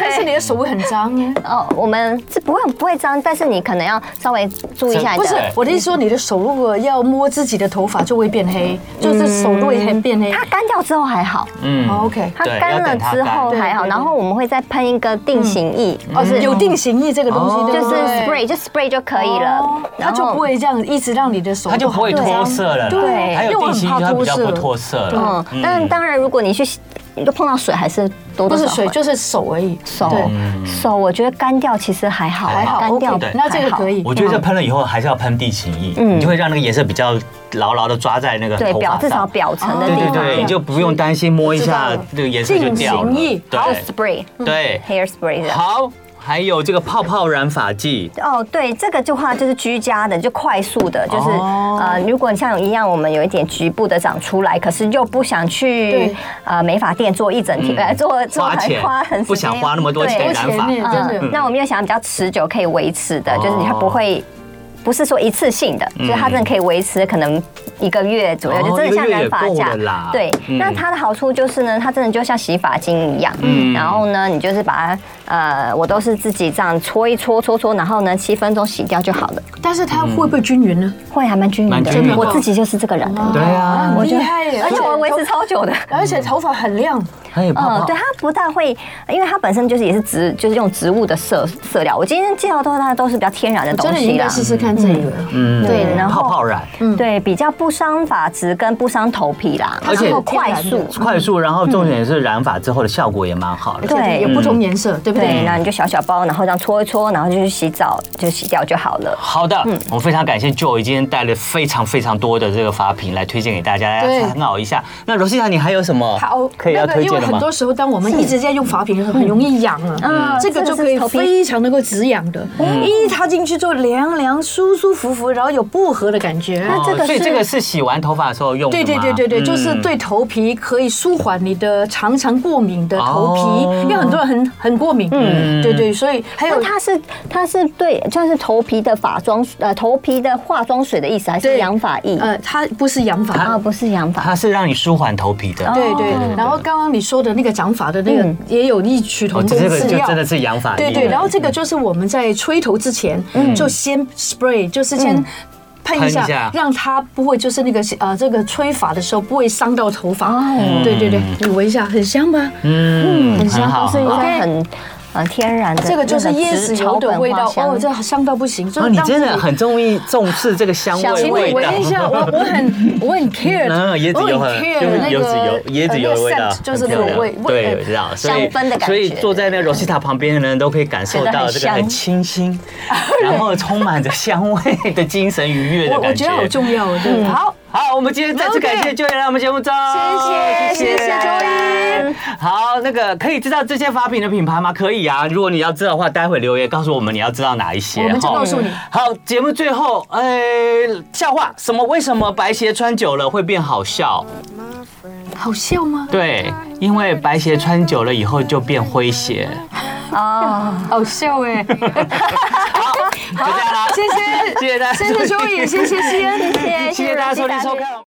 B: 但是你的手会很脏耶。
D: 哦，我们是不会不会脏，但是你可能要稍微注意一下
B: 不
D: 你
B: 是
D: 的。
B: 我的意思说，你的手如果要摸自己的头发，就会变黑，
D: 嗯
B: 就是手都会很变黑。
D: 它干掉之后还好，
C: 嗯
B: 哦 OK，
D: 它
C: 对
D: 干
C: 要
D: 了
C: 等它
D: 之后
B: 干
D: 还好，
B: 对对对
D: 然后我们会再喷一个定型液，
C: 嗯
B: 哦，
D: 就是
B: 有定型液这个东西，对
D: 嗯哦就
B: 不
D: 是
B: 对
D: spray 就 spray 就可以
B: 哦
D: 了，
B: 它
D: 然
B: 就
D: 后
B: 不。会这样一直让你的手
C: 它就不会
B: 很
C: 脱
B: 脏
C: 色了啦。
B: 啊对，
C: 还
B: 因
C: 有
B: 为我
C: 定
B: 很
C: 型
B: 怕
C: 它
B: 脱
C: 比较不
B: 色。
C: 脱色了。
D: 嗯，但当然，如果你去洗碰到水，还是
B: 不
D: 多多少
B: 是
D: 少
B: 水，
D: 会
B: 就是手而已。
D: 手
B: 对
C: 嗯
D: 手，我觉得干掉其实还好，
C: 还好
D: 干掉
B: OK，
D: 还好
B: 那这个可以
C: 我觉得这喷了以后还是要喷地形液，
D: 嗯
C: 你就会让那个颜色比较牢牢的抓在那个
D: 对
C: 头
D: 表
C: 发
D: 至少
C: 上。
D: 表层的
C: 对
D: 地
C: 对
D: 方，
C: 对，你就不用担心摸一下这个颜色就掉了
B: 定型液。
C: 对
D: 还有 spray
C: 对，
D: hair spray 嗯的。
C: 好，还有这个泡泡染发剂，
D: 哦，对，这个的话就是居家的，就快速的，就是、
C: 哦
D: 呃，如果像一样，我们有一点局部的长出来，可是又不想去
B: 对
D: 呃美发店做一整天，呃，做
C: 嗯
D: 做
C: 花钱
D: 花很
C: 不想花那么多
D: 对
C: 钱
B: 多
C: 染
B: 钱
C: 发。
B: 呢，真的
D: 嗯，那我们又想要比较持久可以维持的，就是你它
C: 哦嗯
D: 不会。不是说一次性的，就是它真的可以维持可能一个月左右，
C: 哦
D: 就真的像染发
C: 一个月也
D: 夹
C: 够了啦。
D: 对，
C: 嗯
D: 那它的好处就是呢，它真的就像洗发精一样。
C: 嗯
D: 然后呢，你就是把它呃，我都是自己这样搓一搓搓搓，然后呢七分钟洗掉就好了，
B: 但是它会不会均匀呢？
D: 会还蛮均匀
C: 蛮
D: 的。
C: 均匀的
D: 我自己就是这个人，
C: 对啊，
B: 很厉害耶，
D: 而且我维持超久的。
B: 而且头发很亮，
C: 还有泡
D: 嗯，
C: 泡
D: 对，它不大会，因为它本身就是也是植，就是用植物的色色料。我今天介绍到它都是比较天然的
B: 真
D: 东
B: 的
D: 西
B: 应
D: 啦
B: 该。嗯试试看这个。
C: 嗯
D: 对然后
C: 泡泡染，
D: 对，比较不伤发质跟不伤头皮啦，
B: 它是
D: 然后
B: 天然
D: 快
B: 的
D: 速。
C: 快速，然后重点是染发之后的效果也蛮好的。嗯
B: 对，有不同颜色，对对不对？
D: 对，然后你就小小包，然后这样搓一搓，然后就去洗澡，就洗掉就好了。
C: 好的，
B: 嗯
C: 我非常感谢 Joy 今天带了非常非常多的这个发品来推荐给大家，大
B: 对
C: 家参考一下。那柔西塔，你还有什么
B: 好，
C: 可以要
B: 哦因
C: 推
B: 为
C: 荐的
B: 很
C: 吗？
B: 多时候，当我们一直在用法品的时候，很容易痒啊。
D: 嗯
B: 这个就可以非常能够止痒的，一擦进去之后凉凉、舒舒服服，然后有薄荷的感觉。
D: 那这个
C: 哦所以
D: 是
C: 这个是洗完头发的时候用的
B: 对
C: 吗？嗯
B: 对对对对，就是对头皮可以舒缓你的常常过敏的头皮，
C: 哦
B: 因为很多人很很过敏。嗯，对对，所以还有
D: 那它是它是对，就是头皮的发妆呃头皮的化妆水的意思，还是
B: 对
D: 养发液？
B: 呃，它不是养发，
D: 啊，不是养发，
C: 它是让你舒缓头皮的。
B: 对对
D: 哦，
B: 然后刚刚你说的那个长发的那个
D: 嗯
B: 也有异曲
C: 哦，
B: 同工
C: 这个
B: 之
C: 就
B: 妙
C: 真。的是养发力
B: 对对，然后这个就是我们在吹头之前，就先 spray，就是先。喷一
C: 嗯喷一下
B: 下，让它不会就是那个呃，这个吹发的时候不会伤到头发。
D: 哦
B: 对对对，你闻一下，很香吧？
C: 嗯
B: 很
C: 很
B: 香
C: 好
D: 是。一
B: OK
D: 些很呃天然的，
B: 这个就是椰子油的味道，哦，这香到不行。就
C: 哦，
B: 是
C: 你
B: 当
C: 真的
B: 自己
C: 很重意重视这个香
D: 香
C: 味
B: 请
C: 味
B: 你
C: 道
B: 闻一。 下，我我很我很 care，
C: 嗯椰子油
B: 我
C: 很
B: 很 care
C: 就是
B: 那
C: 椰子
B: 个
C: 油椰子油
B: 呃那
C: 的
B: 个
C: 味道
B: scent，就是那
C: 很漂亮
B: 种味呃
C: 对，我
B: 味
C: 知。道，所以
D: 香氛的感觉
C: 所以坐在那个 Rosita 旁边的人都可以感受
D: 觉得
C: 到
D: 很
C: 这个很
D: 香
C: 清新，然后充满着香味的精神愉悦的
B: 我我
C: 感
B: 觉得好
C: 觉。嗯
B: 重要哦，对。
C: 好好，我们今天再次感谢 Joy 来我们节目中，
D: 谢谢谢谢 Joy
C: 好，那个可以知道这些发品的品牌吗？可以啊，如果你要知道的话，待会留言告诉我们你要知道哪一些。
B: 我们就
C: 哈
B: 告诉你
C: 好，节目最后，呃，笑话，什么？为什么白鞋穿久了会变好笑？
B: 好笑吗？
C: 对，因为白鞋穿久了以后就变灰鞋。
D: 啊，
B: 好笑 哎。
C: 就这样啦，
B: 谢谢，
C: 谢谢大家
B: 谢谢周也，谢谢西恩，
D: 谢
C: 谢谢大家收听收看。